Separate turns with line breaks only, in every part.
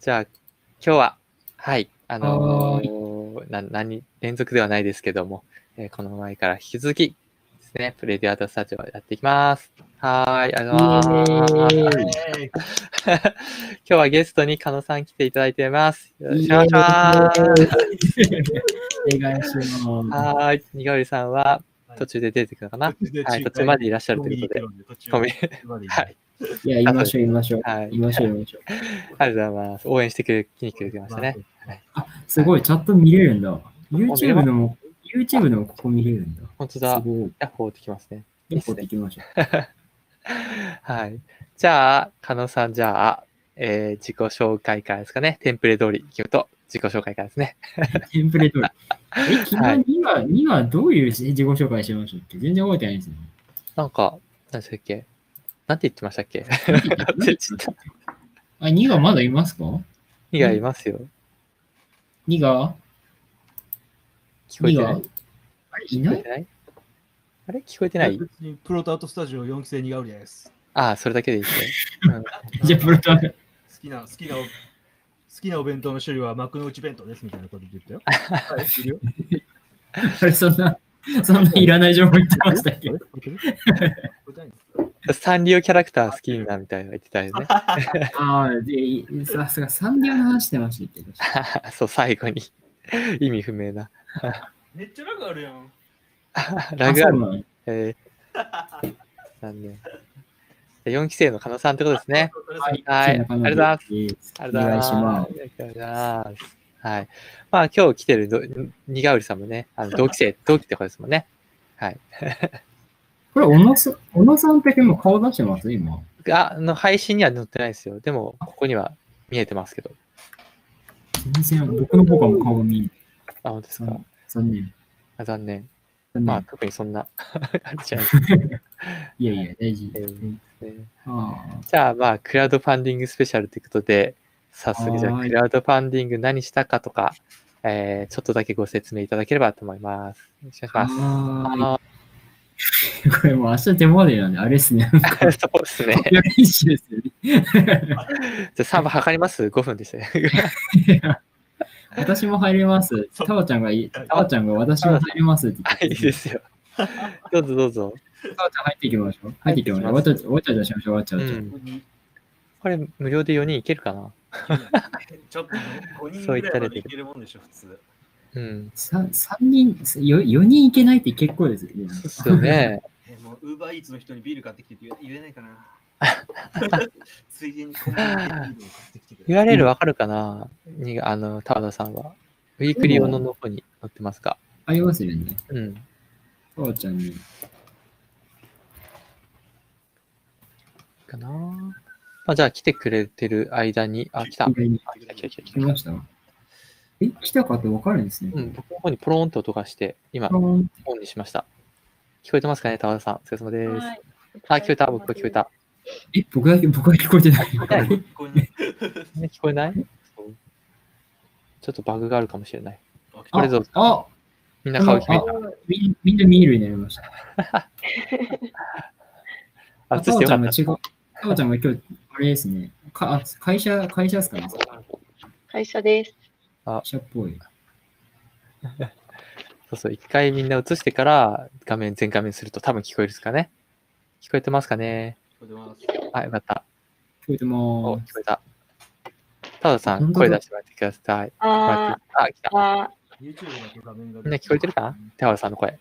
じゃあ、今日は、はい、あのーな何、連続ではないですけども、えーこの前から引き続きですね、プレディアートスタジオやっていきます。はーい、ありがとうございます。今日はゲストに狩野さん来ていただいてます。よろしくお願いします。
お願いします。
はーい、にがりさんは
はい
途中で出てくるのかな、
途中で
はい、途中までいらっしゃるということで。
コミ
コミはい、
いや、言いましょう、言いましょう。
はい、あ
言い
り
ましょう、言いましょう。
がとうございます。応援してくれ、来に来てくれましたね。。
すごい、チャット見れるんだ。YouTube でも、YouTube でもここ見れるんだ。
本当だ
す。ごい。
ヤッホーってきますね。いいっ
結
す
構
ね
できました。
はい。じゃあ、狩野さん、じゃあ、えー自己紹介からですかね。テンプレ通りいくと、自己紹介からですね。
テンプレ通り。え、昨日
はい
2は、2はどういう自己紹介しましたっけ全然覚えてないですね。
なんか、何でしたっけなんて言ってましたっけ
あ、2がまだいますか
にがいますよ。
?2 が
聞こえ
?2
て
が
な
あ
い
れい
聞
な
こえ
い
てないあれ聞こえてない
プロとアートスタジオ4期生にがうりです。
ああ、それだけでいいですね。うん
じゃあ、プロトアク。
好きな、好きな、好きなお弁当の種類は幕の内弁当ですみたいなこと言ったよ。はい、いるよ。
あれ、そんな、そんないらない情報言ってましたっけ
サンリオキャラクター好きなみたいなの言ってたよ ね。
ああ、で、さすがサンディオの話してましたけど。
そう、最後に。意味不明な。
めっちゃラグあるやん。
ラグあ
そう
る。
なの
えー残念。4期生の狩野さんってことですね。
はい。
はい。ありがとうございます。
す
あ
お
りがとうご
願い
ざ
し
いま。
ます
ありがとうございます。はい。まあ今日来てるどにがうりさんもね、あの同期生、同期ってことですもんね。
す。これ、小野さん、小野さんってもう顔出してます今。
ああの配信には載ってないですよ。でも、ここには見えてますけど。
全然、僕の方がもう顔が見えない。
あ、本当ですか。
うん残念。
あ残念。
残念
まあ特にそんな、 あれじゃないです
いやいや、大事。
えーね。
あ
じゃあまあ、クラウドファンディングスペシャルということで、早速じゃあ
はー
ク
い
ラウドファンディング何したかとか、えーちょっとだけご説明いただければと思います。よろしくお願いします。
あ
あ
ー。これもう明日手モデルなんで、あれですね。
ー そうですね。
練習ですよね。
じゃあ3分測ります ?5 分ですね。
私も入れます。
そう
タワちゃんがいい、タワちゃんが私も入れますって
あい
言
い
って
で
て。
すよ。どうぞどうぞ。
タワちゃん入っていきましょう。入っていきましょう。わちゃわちゃわちゃしましょう、わちゃ
う
わちゃ。
ん、これ無料で4人いけるかな
ちょっと5人ぐらいまでいけるもんでしょ、普通。
うん。
さ三人、よ4人いけないって結構ですよね
そう。っすよ ね。
えもうウーバーイーツの人にビール買ってきてって言えないかな。ついでにコンビニでビールを買ってきてくれ。
URL わかるかなにあの、田田さんは。ウィークリー用のノートに載ってますか
ありますよね。
うん。
タワちゃんに。
かなまあ、じゃあ来てくれてる間に、あ、来た。
意外に
あ、来た来た来た来た。
来ましたえ、来たかってわかるんですね。
うん、僕の方にポロンと音がして、今、オンにしました。聞こえてますかね、田田さん。お疲れ様です。
はい
あ、聞こえた。僕は聞こえ。た。
え、僕だけ、僕は聞こえてない。
ない
これね
ね、聞こえないそうちょっとバグがあるかもしれない。
あ
これぞ
あ、
みんな顔決め
あみんみんな見えるようになりました。
あ、
あ、
映
タ
し
ワ
て
ち
よか
ゃん
っ
が
た。
違う。タワちゃんが今日、あれですね。かあ会社、会社ですかね。会
会社です。
社っぽい。
そうそう、一回みんな映してから画面全画面すると多分聞こえるですかね。聞こえてますかねあ、よかった。
聞こえて
お、
ま
聞
ーす。
こえた。タダさん、
本当だ
声出してもらってください。
あ
あ、来た。
ーあ
みんな聞こえてるかなタワさんの声。
聞こ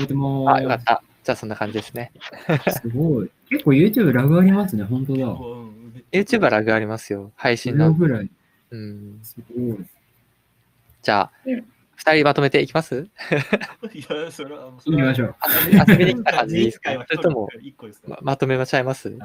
えてま
あ、よか
ー
った。じゃあそんな感じですね。
す。すごい。結構 YouTube ラグありますね。本当だ。
YouTuber ラグありますよ。配信
ラ
の。
グぐらい。
うん。
すごい。
じゃあ
うん、
二人まとめていきます
いや、それはもうそ
行き
れは
ま しょう。
遊びに来た感じでいいですか
前回は
それとも
一個ですか
ま
ら
まとめまちゃいます
みん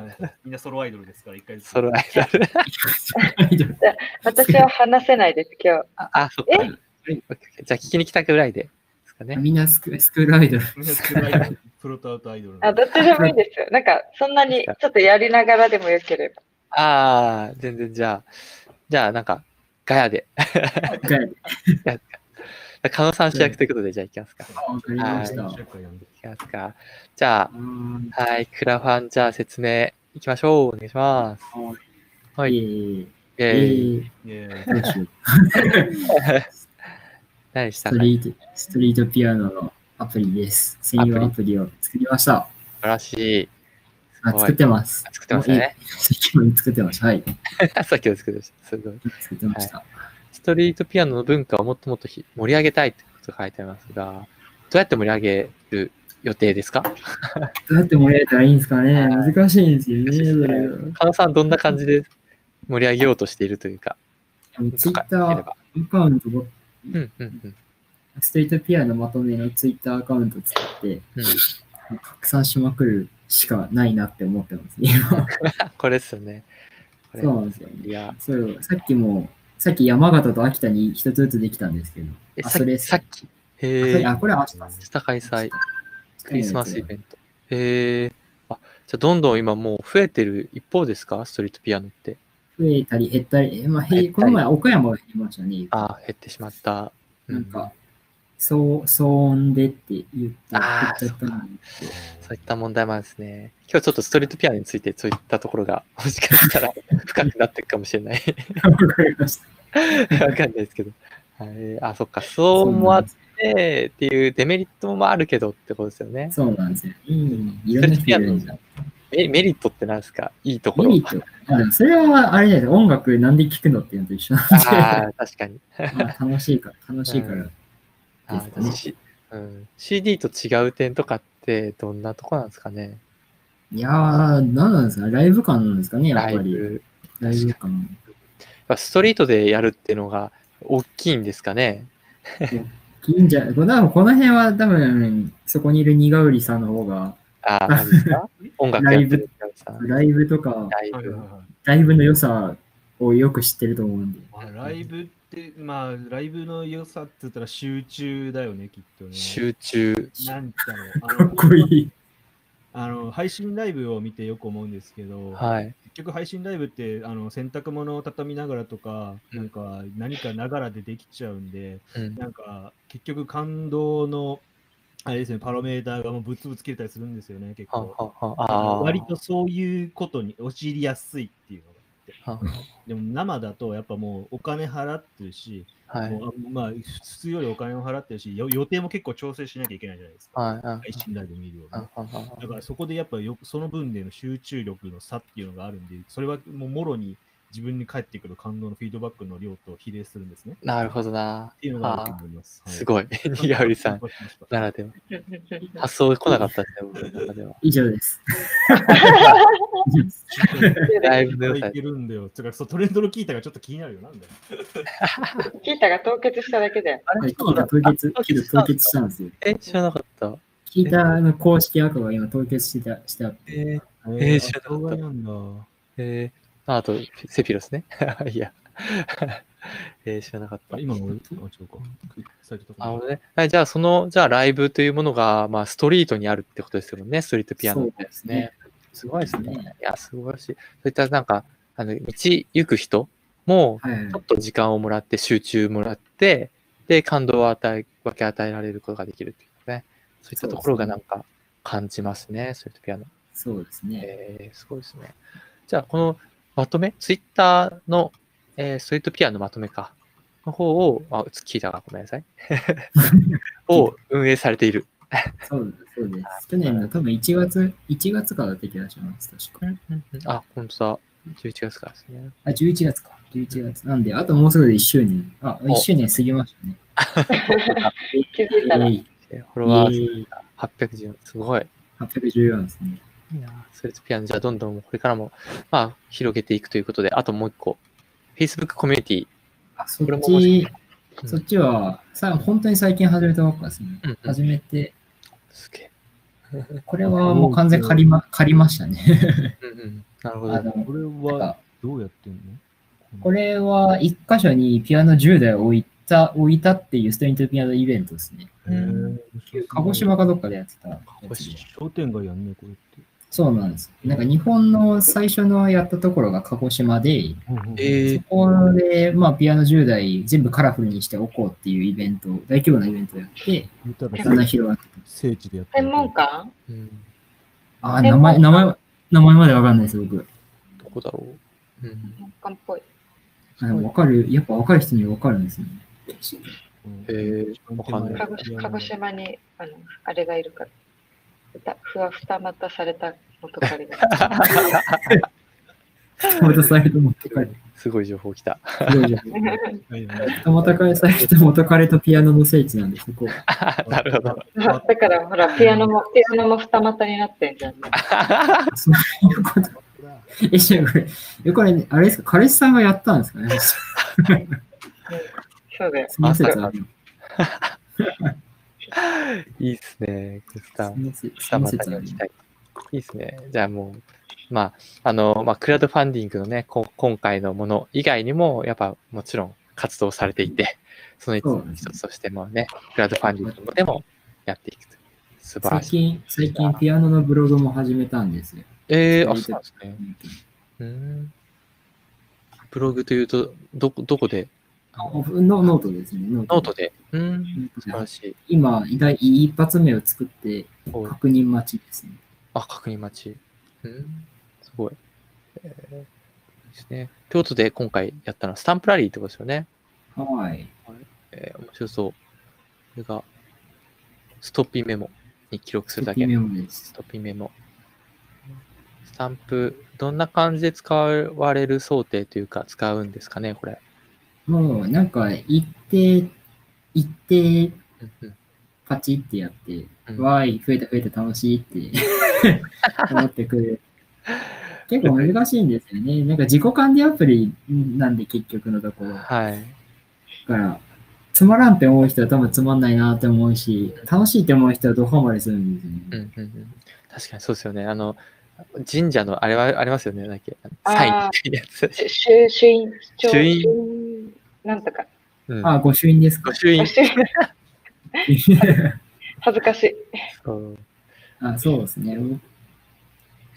なソロアイドルですから、一回ずつ
ソロアイドル。
ー私は話せないです、今日。
あ、あそっか。じゃあ聞きに来たぐらいで。ですかね。
みんなスクスクールアイドル。
みんなソロアイドルプロとアウトアイドルの。
あ、どっちでもい いですよ。なんか、そんなにちょっとやりながらでもよければ。
ああ、全然じゃあ、じゃあなんか、ガヤで。狩野さん主役ということで、じゃあ行きますか。
あわかりました。
面白いからやめて
いきますか。じゃ
うーん
あ、はい、クラファン、じゃあ説明いきましょう。お願いします。
は
はい。
いえいえいえ
えー
ー、
いやいや
どうしよう
何し
ス
た
ト
か素
リート、ストリートピアノのアプリです。専用アプリを作りました。
晴らしい。
あ、作ってます。
作ってましたね。
さっきも作ってました。はい。
さっきの作ってました。すごい。
作ってました。
ストリートピアノの文化をもっともっとひ盛り上げたいってことが書いてありますが、どうやって盛り上げる予定ですか
どうやって盛り上げたらいいんですかね
はい
難しいんですよね。
難しいですね
それが
カ野さん、どんな感じで盛り上げようとしているというか。
ツイッタ
とかいれ
ー
ば
アカウントを、
うんうんうん
ストリートピアノまとめのツイッターアカウントを作って、
うん
拡散しまくるしかないなって思ってます。今
あこれですよね。これ
そうなんですよね。
いや、
そう、さっきも、さっき山形と秋田に一つずつできたんですけど、
え
あ
さ
それ
さっき。
あそ
へ
れ
え。
あ、これは明日
明日開催。ク
ク
リスマスイベント。へえ。あ、じゃあどんどん今もう増えてる一方ですかストリートピアノって。
増えたり減ったり、えまあ、
減った
へ
り
この前岡山が減りましたね。
ああ、減ってしまった。う
なんか、そう、騒音でって言って言っち
あ
ゃ
ー
ったのに。
そういった問題もあるんですね。今日ちょっとストリートピアノについてそういったところが もしかした ら深くなっていくかもしれない。
わかりました。
わかんないですけど。はい、あ、そっか、そうもあってっていうデメリットもあるけどってことですよね。
そうなんですよ。うん、いろんな人いるんだ。
メメリットってなんですかいいとこ
メ
ろ
リ。ット。まあ、でもそれはあれじゃないですか。音楽なんで聴くのっていうのと一緒なん で。
ああ、確かに。
まあ楽しいから、楽しいから。
うんあー
です
確か
ね
にしうん、CD と違う点とかってどんなとこなんですかね
いやー、なんなんですかライブ感なんですかね、やっ
ラ
ぱ
イ
り。
ブ。
ライブ感。
やっぱストリートでやるっていうのが大きいんですかね
いいんじゃないこのこの辺は多分、そこにいる苦瓜さんの方が、
ああ、何ですか音楽やってるさん。
ライブとか、
ライ
はい
ブ
はい。はい
ライブの良さをよく知ってると思うんで。
まあライブって、まあ、ライブの良さって言ったら集中だよね、きっとね。
集中。
なんだろう。あ
か
の
っこいい。
あの配信ライブを見てよく思うんですけど、
はい。
結局配信ライブってあの洗濯物を畳みながらとか、
うん
なんか何かながらでできちゃうんで、
うん
なんか結局感動のあれですねパロメーターがもうぶっつぶつ切れたりするんですよね、結
は
構。
ははあー
割とそういうことに陥りやすいっていうのがあって。
は
でも生だとやっぱもうお金払ってるし、
はい。はい
もうあまあ普通よりお金を払ってるし、よ予定も結構調整しなきゃいけないじゃないですか。
はいはい
配信ライブ見るより
あああ
だからそこでやっぱよその分での集中力の差っていうのがあるんで、それはもうもろに自分に返ってくる感動のフィードバックの量と比例するんですね。
なるほどな
っ。ていうのがあると思います。
すごい。 にがうりさんならで は。発想来なかったですね、僕の中では。
以 上です。
ラ
ラ
イ
イ
ブ
ブ
の良
の
さ
良さ。いけるんだよ。つうかそうトレンドの聞いたがちょっと気になるよ。なんだよ。
キータが凍結しただけだよ。
あ
はい、キータ凍結、キータ凍結したんですよ。
え、知らなかった。
キータの公式アカが今凍結してた、してあって。
えー、
え
知らなかった
なんだ。
えー、あと、セピロスね。 いや。えー、知らなかった
あ。今の俺、あ、違うか。サイトと
なるほ
か。
どね。はい、じゃあ、その、じゃあ、ライブというものが、まあ、ストリートにあるってことですよね、ストリートピアノって。
そうですね。
すごいです
そうです
ね。いや、すごいし、そういった、なんか、あの、道行く人も、
はいはい
ちょっと時間をもらって、集中もらって、で、感動を与え、分け与えられることができるっていうね。そういったところが、なんか、感じますね、ストリートピアノ。
そうですね。
えー、すごいですね。じゃあ、このまとめ、ツイッターの、えーストリートピアノのまとめか、の方を、あ、聞いたがごめんなさい。を運営されている。
そうそうです。去年の多分1月、1月からだった気がします、確か。
あ、本当だ。11月からですね。
あ、11月か。11月。なんで、あともうすぐで1周年。あ、1周年過ぎましたね。
気づいたら。
えい
えーフォロワ
え
ー
い
814。すごい。
814ですね。
いいなストリートピアノ、じゃあ、どんどんこれからも、まあ、広げていくということで、あともう一個。Facebook コミュニティ。
あ、そ
これ
っ
も面白い
ち、そっちは、さ、本当に最近始めたばっかですね。
うんうん
始めて、
すげ
これはもう完全に借りま、借りまし たね。
え。うんうん。なるほ
あ
ど。
の
これ
なん
は
か
どうやってんの
これは一箇所にピアノ10台を置いた、置いたっていうストリートピアノイベントですね。
へー
鹿児島かどっかでやってたや
鹿児
つで
島
商店街やんね、これって。
そうなんです。なんか日本の最初のやったところが鹿児島で、
えー
そこで、まあ、ピアノ10台全部カラフルにしておこうっていうイベント、大規模なイベントをやって、
見たら
だんだん広がってくる。
聖地でやって
専門官
うん。
あー、名前、名前、名前までわかんないです、僕。
どこだろう。うん。
専門官っぽい。
あでもわかる、やっぱ若い人にはわかるんですよね。
うん
へーわかんな
鹿
い
児鹿児島にあのあれがいるから。歌ふわふたまたされた元 彼が。
元彼と元彼。
すごい情報来た。
ひどいじゃん
はい
元彼、サイト元彼とピアノの聖地なんです、ここ。
なるほ ど。
だからほら、ピアノも、ピアノも二股になってんじゃん。
そういうことえ、じゃあこれ、えこれ、あれですか、彼氏さんがやったんですかね。
そうだよ。
その説ある。
いいっすね、グスタ
そ。の説
ス
そ
タ
の
ま
説
た
あ
に
る
行き。たい。いいっすね。じゃあもう、まあ、あの、まあ、クラウドファンディングのね、こ今回のもの以外にも、やっぱもちろん活動されていて、その一つ
そうです
一つとしてもね、クラウドファンディングでもやっていくと。素晴ら
最
しい。
近、最近ピアノのブログも始めたんですよ。
えー、あ、そ
最
う
近
なんですね。うん。ブログというと、どこ、どこで
オフノノートですね。ノ
ノー
ー
ト
ト
で。うん。
ノー
素晴
ト
ら
で。
しい。
今、第一発目を作って
お
確認待ちですね。
あ、確認待ち。うん。すごい。えー、ですね。ということで、今回やったのはスタンプラリーってことですよね。
はい。
えー、面白そう。これが、ストッピーメモに記録するだけ。
微妙です
ス。トッピーメモ。スタンプ、どんな感じで使われる想定というか、使うんですかね、これ。
もう、なんか、一定、一定、
うんうん
パチってやって、
うん
わーい、増えた増えた楽しいって 思ってくる。結構難しいんですよね。なんか自己管理アプリなんで結局のところ。だ
はい。
から、つまらんって思う人は多分つまんないなって思うし、楽しいって思う人はどハマりするんですよね。
うんうんうん、確かにそうですよね。あの、神社のあれはありますよね、なんだっけ、
あー
サインみたいなやつ。
し主主因、
主因
因、なんとか。
うん、
あ、御朱印ですか
御。朱印。
主因 恥ずかしい。
そう
あそうですね。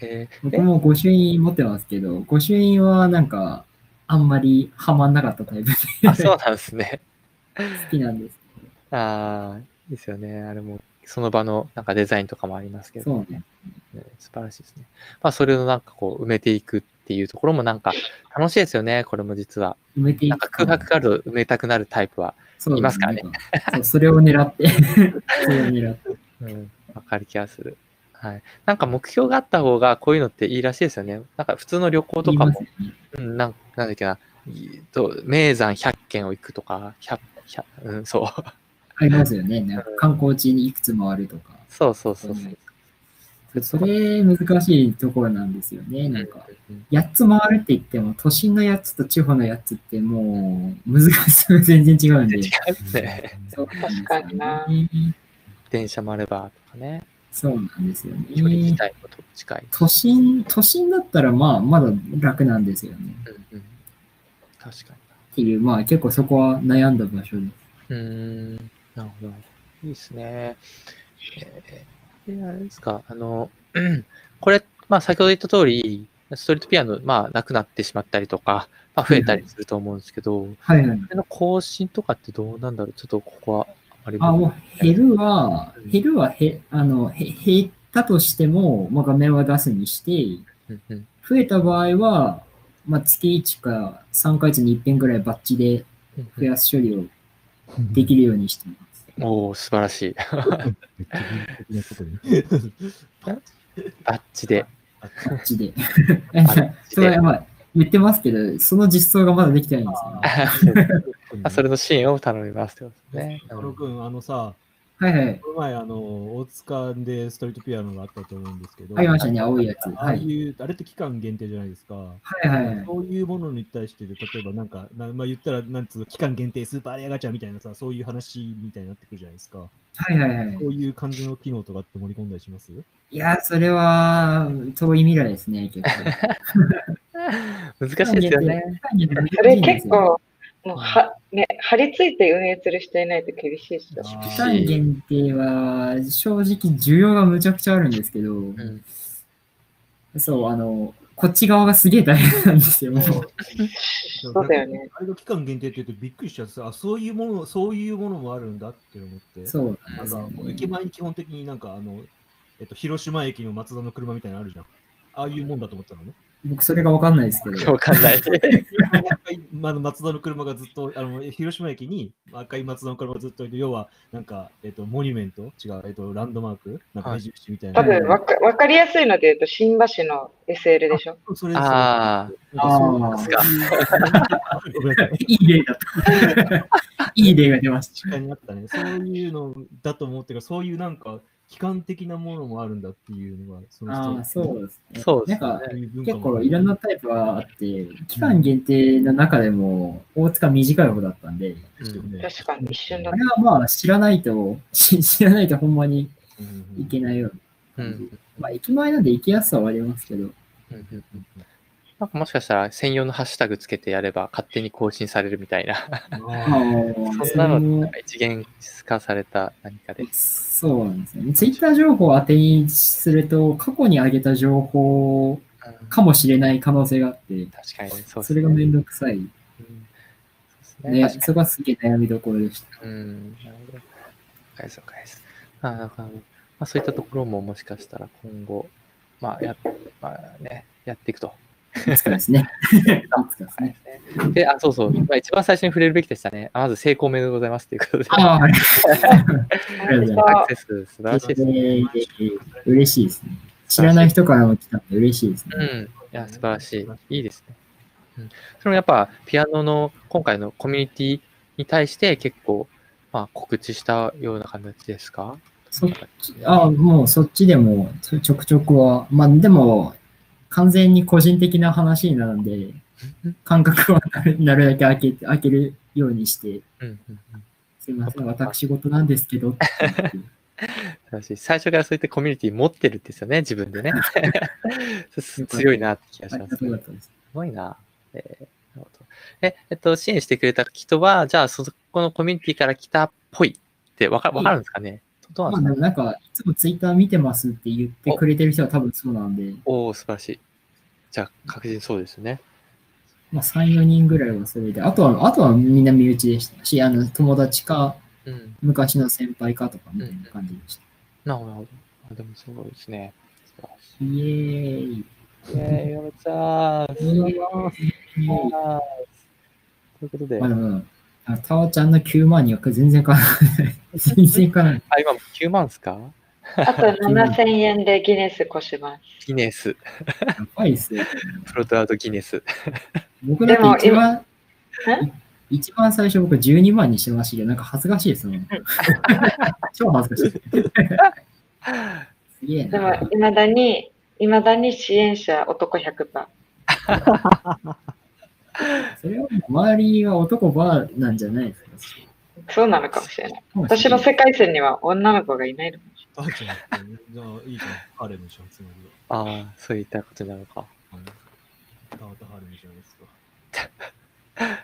え
僕も御朱印持ってますけど、御朱印はなんか、あんまりハマんなかったタイプで
ーあ、そうなんですね。
好きなんです
ああ、いいですよね。あれも、その場のなんかデザインとかもありますけ
けど。
ど、
そうね。
ね素晴らしいですね。まあ、それをなんかこう、埋めていくっていうところもなんか楽しいですよね、これも実は。
埋めてい
なんか空白があると埋めたくなるタイプは、
そう
いますからね
なんそうそれを狙って。それを狙って。
うん、わかる気がする。はい。なんか目標があった方が、こういうのっていいらしいですよね。なんか普通の旅行と
言い
か
ま
も
す、よね
うん、なんなんだっけな、いと名山100軒を行くとか、100、100うん、そう。
ありますよね。なんか観光地にいくつもあるとか。
そうそうそうそう。
それ難しいところなんですよね。なんか
うん
8つ回るって言っても、都心のやつと地方のやつってもう難しさが全然違うんで。
ね
そうなんですよね
確かにな
電車もあればとかね、
そうなんですよ
距離自
ね。
体もと近い。
都心、都心だったらまあ、まだ楽なんですよね。
うんうん、確か
っていう、まあ結構そこは悩んだ場所です。
に。うーん、なるほど。いいですね。えーで、あれですか、あの、 うんこれ、まあ先ほど言った通り、ストリートピアノ、まあなくなってしまったりとか、まあ、増えたりすると思うんですけど、
はいはい。
それの更新とかってどうなんだろうちょっとここはあれ
あ、もう減るは
うん、
減るはへ、あの、へ減ったとしても、まあ、画面は出すにして、
うんうん
増えた場合は、まあ、月1か3ヶ月に1遍ぐらいバッチで
うん
増やす処理をできるようにしてます。
おお素晴らしい。
めっちゃ原始的なことね
バッチで。
バッ チで。
バッチ
そ
で
れは、まあ、言ってますけど、その実装がまだできてないんですよ、ね。
あそれのシーンを頼みますってことですね。
小野君、あのさ、
はいはい。
この前、あの、大塚でストリートピアノがあったと思うんですけど、
ありましたね、青いやつ。
ああ
はいい。
う、あれって期間限定じゃないですか。
はいはいはい。
そういうものに対してで、例えばなんか、なまあ、言ったら、なんつうの期間限定スーパーレアガチャみたいなさ、そういう話みたいになってくるじゃないですか。
はいはいはい
こ。ういう感じの機能とかって盛り込んだりします
いや、それは遠い未来ですね、結構。
難しいですよね。
それ結構、もうは、ね、張り付いて運営する人いないと厳しいっし
厳
ょ。
期
し
間
い。
限定は正直需要がむちゃくちゃあるんですけど、
ん
そう、あの、こっち側がすげえ大変なんですよ。もう
そうだよね。
あれが期間限定って言うとびっくりしちゃって、あ、そういうもの、そういうものもあるんだって思って。
そうなんで
なん
す
か
よ、
もう
ね
駅。前に基 本的になんかあの、えっと、広島駅の松田の車みたいなのあるじゃん。ああいうもんだと思ってたのね。
僕それがわかんないですけど。
わかん ない。
まあ、松田の車がずっと、あの広島駅に赤い松田の車がずっといて、要は、なんか、えっと、モニュメント、違う、えっと、ランドマーク、なんか
は
目
い
印みたいな。
多分わかわかりやすいので言うと、新橋の SL でしょ。
それです
あ
あ
ー
ごめんなさい
いい例だった。いい例が出ました。
確かにあったね。そういうのだと思ってるから、そういうなんか、機関的なものもあるんだっていうのが、そ
ああ、
の
そうですね。
そうですね
なんか、
ういう文化
結
も
構いろんなタイプはあって、期間限定の中でも、大塚短い方だったんで、
ですよね
確かに一瞬だ
あれはまあ知らないと、し知らないとほんまに
うん
いけないよう
う
な。
ん
まあ駅前なんで行きやすさはありますけど、
うんうんなんかもしかしたら専用のハッシュタグつけてやれば勝手に更新されるみたいな、
まあ
あ
そんなのな
れも
んか 一元化された何かで。
そうなんですよね。ツイッター情報を当てにすると、過去に上げた情報
うん
かもしれない可能性があって、
確かにそうです
それがめんどくさい。
うんそう
ね、
ですね。確か
そこはすげえ悩みどころでした。
に。うん。なるほど。了解です了解です。まあ、だからまあ、そういったところももしかしたら今後、まあや、まあね、やっていくと。
いつかです ね。いつかです
はい
ね。
ですねで、あ、そうそう。まあ、一番最初に触れるべきでしたね。あまず成功おめでとうございますということで。
ああ、あり
本当
ア
だ
クセス素晴
が
らし
と
いうです
ござ
ね。
います嬉しいですね。知らない人からも来たんで嬉しいですね。
うん。いや、素晴らしい。いいですね。うん、それもやっぱ、ピアノの今回のコミュニティに対して結構、まあ、告知したような形ですか
そっち、あもうそっちでもちょちょくちょくは、まあでも、完全に個人的な話になるんで、感覚はなるなるだけ開け開けるようにして、
うんうんうん。
すみません、私事なんですけどって言って。
素晴らしい。最初からそういったコミュニティ持ってるんですよね、自分でね。 す強いなって気がし
あり
ま
が
す
とう。ございます。
すごいな。えーなるほどえ、えっと、支援してくれた人は、じゃあ、そこのコミュニティから来たっぽいってわかわかるんですかねどう
ま
な
あ
ん
で
です
も
か、
なんか、いつもツイッター見てますって言ってくれてる人は多分そうなんで、
おお素晴らしい。じゃあ、確実にそうですね。
まあ3、4人ぐらいはそれで、あとは、あとはみんな身内でしたし、あの、友達か、
うん。
昔の先輩かとかみたいな感じでした。
なるほどなるほど。あでもすごいですね。素晴らし
イエーイ。
いねえ、ヨロちゃん。
イエーイ
ということで、
まあでも、あタオちゃんの9万には全然変わらない。全然変わらない。
あ、今9万ですか
あと7000円でギネス越します。
ギネス。
やばいですよ。
プロトアートギネス。
僕だって一番
でも今、
一番最初僕12万にしてましたけど、なんか恥ずかしいですもん。超恥ずかしい。すげえ
で
な。
も、いまだに、いまだに支援者男100%。
それはもう周りは男バーなんじゃないですか。
そうなのかもしれない。私の世界線には女の子がいないの。
あじゃあじゃあいいじゃん。ハーレムじゃん、つまり
ああ、そういったことになのか。
は。はいたまたハーレムじゃないですか。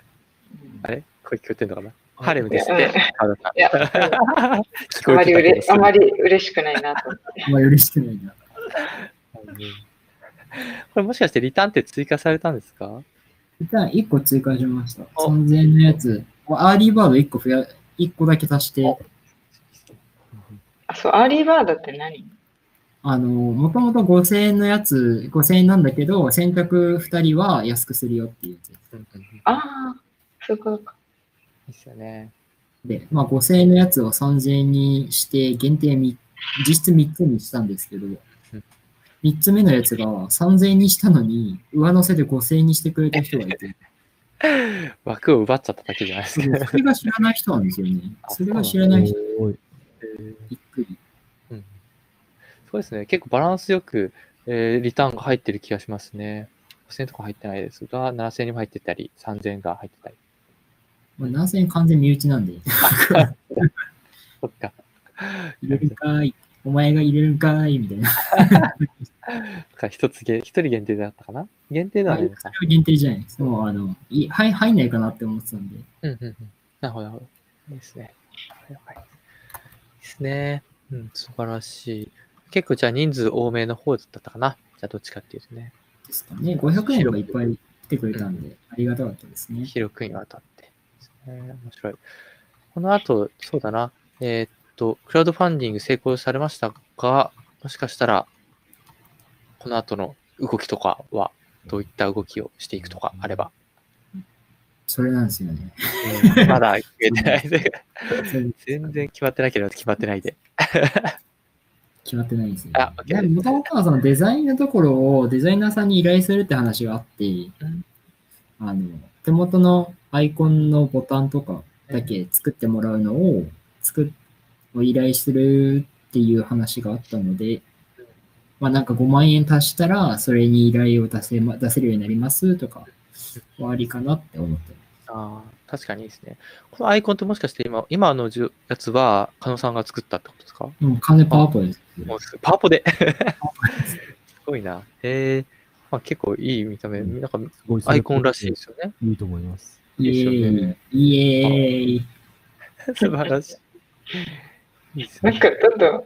あれこれ聞こえてるのかな
あ
ハーレムですっ
う
て
ん。
川田さん
いや、
聞
あ
こ
ま
えて
りう
たけ
れ
ど
あまり嬉しくないなと思って。
あんまり嬉しくないな。
うんこれもしかしてリターンって追加されたんですか
一旦1個追加しました。
お
3000円のやつ。アーリーバード1個増や、1個だけ足して、
あ、そう、アーリーバードって何
あの、もともと5000円のやつ、5000円なんだけど、選択2人は安くするよっていうやつ
うんうんい
ああ、そういうことか。
いっすよね。
で、まあ5000円のやつを3000円にして、限定み実質3つにしたんですけど、3つ目のやつが3000円にしたのに、上乗せで5000円にしてくれた人がいて、
枠を奪っちゃっただけじゃないです
そ
か。
れが知らない人なんですよね。それが知らない人、
おーい
びっくり。
うんそうですね。結構バランスよく、えーリターンが入ってる気がしますね。5000とか入ってないですが、7000にも入ってたり、3000が入ってたり。
まあ、7000円完全身内なんで、
そっか。
入れるんかーい、お前が入れるんかーい、みたいな。
か一つげ、一人限定だったかな限定ではないのか。
それは限定じゃないです。もう、あの、いはい入んないかなって思ってたんで。
うんうんうん。なるほど、なるほど。いいですね。はいはい。いいですね。うん、素晴らしい。結構じゃあ人数多めの方だったかなじゃあどっちかっていうとね、
ですかね。500円がいっぱい来てくれたんで、ありがたかったですね。
広くにわたってですね。面白い。この後、そうだな。えーっと、クラウドファンディング成功されましたが、もしかしたら、この後の動きとかはどういった動きをしていくとかあれば。
それなんですよね。
うんまだ決めてないで。全然決まってなければ決まってないで。
決まってないんですよ、ね。
あ OK
でももともとはそのデザインのところをデザイナーさんに依頼するって話があって、
ん
あの、手元のアイコンのボタンとかだけ作ってもらうのを、作っ、を依頼するっていう話があったので、まあなんか5万円足したら、それに依頼を出せ、ま、出せるようになりますとか、はありかなって思ってます。
ああ、確かにいいですね。このアイコンってもしかして今、今のじゅやつは、加納さんが作ったってことですか
もう完全パワーポイントです。
もうすパワポで。 すごいな。へえまあ、結構いい見た目。なんか
すごい
アイコンらしいで。すよね。
いいと思います。
イエーイ。イエーイ。
素晴らしい。いいです
なん
ね。
かどんどん、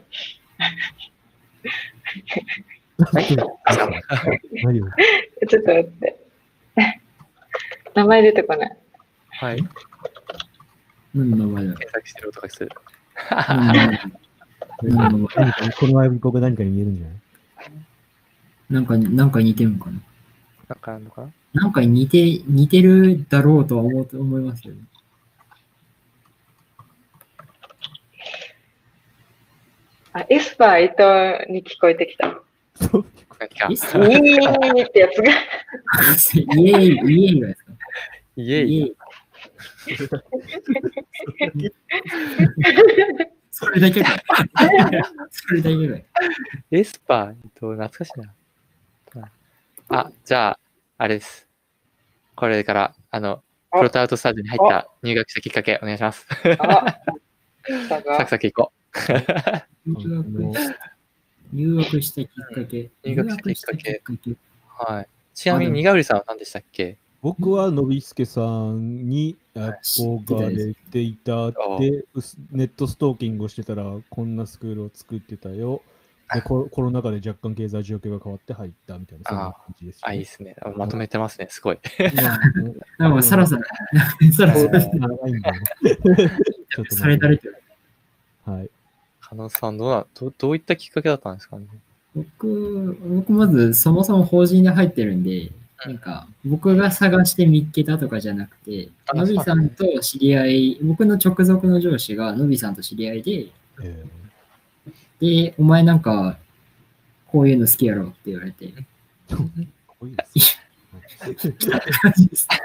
何を
ちょっと待って。名前出てこない。
はい。
何の名前だろう
検索してる音がする。
何の名前だろう何の名前だろう
このアイコンが何かに見えるんじゃない
なんかに、なんか似てるのかな
なんかあるのかな
なんか似て、似てるだろうとは思う思いますけど、ね。
あ、エスパー伊藤に聞こえてきた。
そう
何か
イエ。ス
イエーイってやつが。
イエーイ、イエーイがですか
イ
イエ
エイ。
ーイ。それだけかい。それだけかい。
エスパー、えっと、懐かしいな。あ、じゃあ、あれです。これから、あの、
あ
プロトアウトスタジオに入った入学したきっかけ、お願いします。
あ、さが
サクサクいこ
入学
あ
入学したきっかけ。
入学したきっかけ
入学したきっか
う。はい。ちなみに、にがうりさんは何でしたっけ
僕はのびすけさんに憧れていたって、うすネットストーキングをしてたら、こんなスクールを作ってたよ。でコロコロナ禍で若干経済状況が変わって入ったみたいな、そんな感じです、ね。
あ、いいですね。あまとめてますね、すごい。
けなんかさらさら、さらさら、
長いんだよねちょっと
されたれてる。
はい。
加納さんどうなど、どういったきっかけだったんですかね。
僕、僕まずそもそも法人で入ってるんで、なんか僕が探して見っけたとかじゃなくて、
あ
のびさんと知り合い、僕の直属の上司がのびさんと知り合いで、
え
で、お前なんか、こういうの好きやろって言わ れて、
ー、かっこいいですね。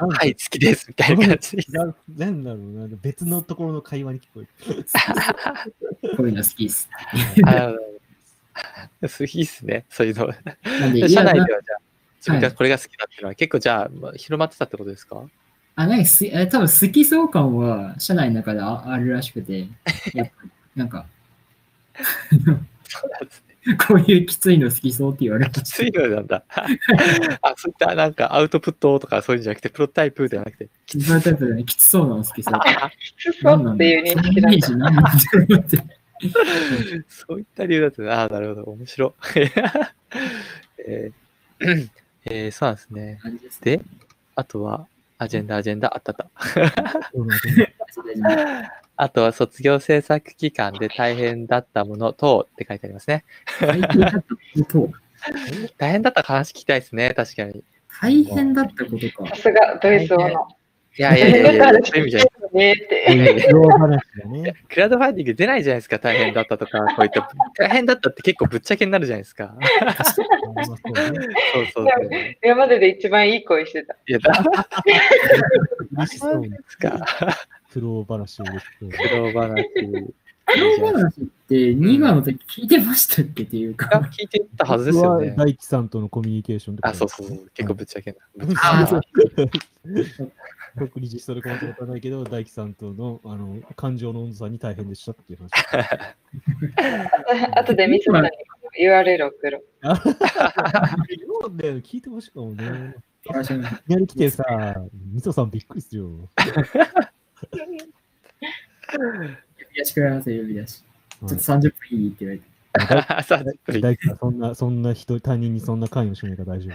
はい、好きです、みたいな感じ。
ななんだろうな、別のところの会話に聞こえる。
こういうの好きです。
あの すいいっすね、そういうの。
なんで、い
社
や、
内で
な
はじゃあ、自分
は
が
い
これが好きだっていうのは、結構じゃあ、まあ広まってたってことですか
あなんかすえ多分好きそう感は社内の中でああるらしく て、やっぱりなんか、
そうなんですね。
こういうきついの好きそうって言われま
き
し
ついのなんだ。 あ、そういったなんかアウトプットとかそういうんじゃなくて、プロトタイプではなくて、
た。そういうタイプで、ね、きつそうなの好きそう。
きつそうっていう認識
そ
だ
の
っ
イメー
た。
ジ何なんだろうって。
そういった理由だったねああ、なるほど、面白い。 えーえーそうなんですね。
感じですね
で、あとは、アジェンダ、アジェンダ、あったあった。あとは、卒業制作期間で大変だったもの等って書いてありますね。
大変だったこと。
大変だった話聞きたいですね、確かに。い
大変だったことか
さ。すがドイツ王の。
やいやいやいや、そういう意味じゃない
ねって。
両話だね。
クラウドファンディング出ないじゃないですか、大変だったとか、こういった、大変だったって結構ぶっちゃけになるじゃないですか。
あまあそうね
そうそうそう。い
今までで一番いい声してた。
や、だ
嬉しそうな
ですか。
苦労話を言って
苦労話。
この話って2話の時聞いてましたっけっていう
が
か。
聞いてたはずです
僕
よ
は
ね。
大地さんとのコミュニケーションとか
あ、そうそうそう。結構ぶっちゃけな。ぶっち
あ
ゃ
ーそう
僕に実際でコメント持たないけど、大地さんとのあの感情の温度差に大変でしたっていう話。
あとでミスさんに URL 送ろう。
そうだよね、聞いてほしいかもね。
話しました
いきなり来てさ、みそさんびっくりするよ。
呼び出しくらいますよ、呼び出し。ちょっと
はい
30分いいって言われて。
け。さあ、じっくり
大地さん、そんな、そんな人、他人にそんな関与しないから大丈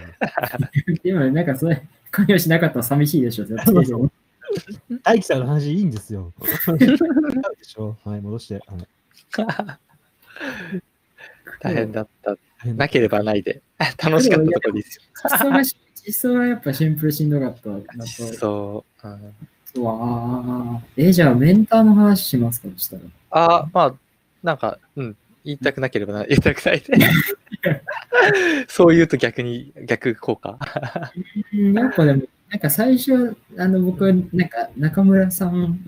夫。
でもなんかそれ、 関与しなかったら寂しいでしょ、絶対。
大地さんの話いいんですよ。でしょはい、戻して。はい
大変だったっ
変
なければないで、楽しかったとこですよ。
実装がし、実装がやっぱシンプルしんどかったな
実
と。
装。うん、
うわあ。え、じゃあメンターの話しますかそしたら。
あーまあ、なんか、うん、言いたくなければ な、言いたくないで。そう言うと逆に、逆効果。
うん、やっぱでも、なんか最初、あの、僕、なんか中村さん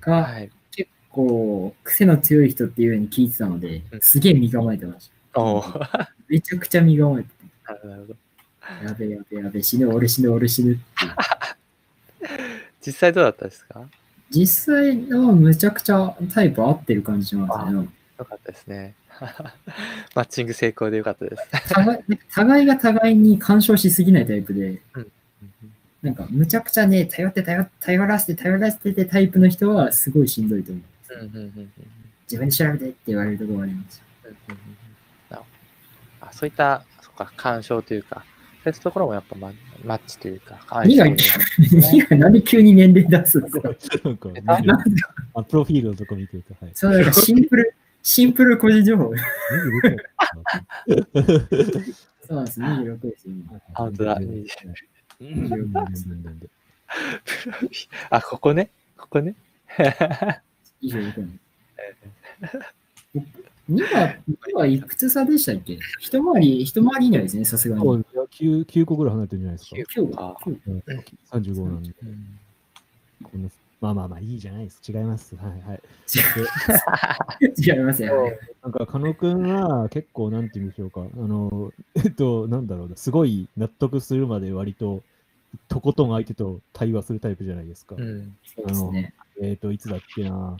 が
はい。
結構癖の強い人っていうように聞いてたので
う、ん
すげえ身構えてました。
おー
めちゃくちゃ身構えて
なるほどなるほど。
た。やべえやべえやべえ、死ぬ、俺死ぬ、俺死ぬっていう。
実際どうだったですか
実際はむちゃくちゃタイプ合ってる感じしますね。
よかったですね。 マッチング成功でよかったです。
互いなんか互いが互いに干渉しすぎないタイプで、なんかむちゃくちゃね、頼って頼って頼らせて頼らせてってタイプの人はすごいしんどいと思う。
うんうんうんうんうん
自分で調べてって言われるところがあります。
うんうんうんなあそういった、そっか、干渉というか、そういったところもやっぱママッチというか、
2が、2がなんで急に年齢出すんですか
なんか見て
あ
るあ、プロフィールのとこ見てると、はい。
そう、なんかシンプ ル、シンプル個人情報。
26
そうなんです、26ですよ、今。
あ本当だ
うん
26です。
あ、ここね、ここね。
26なんです。2は、2はいくつ差でしたっけ一回り、一回り以内ですね、さすがに。
そう9、9個ぐらい離れてるんじゃないですか。
今日
あ
は、今日
うん35なんで。こんなまあまあまあ、いいじゃないです。違います。はいはい。
違いますね。はい
なんか、狩野くんは結構、なんて言うんでしょうか。あの、 えっと、なんだろうな。すごい納得するまで割と、とことん相手と対話するタイプじゃないですか。
うん。
そうですね。
えっ、と、いつだっけな。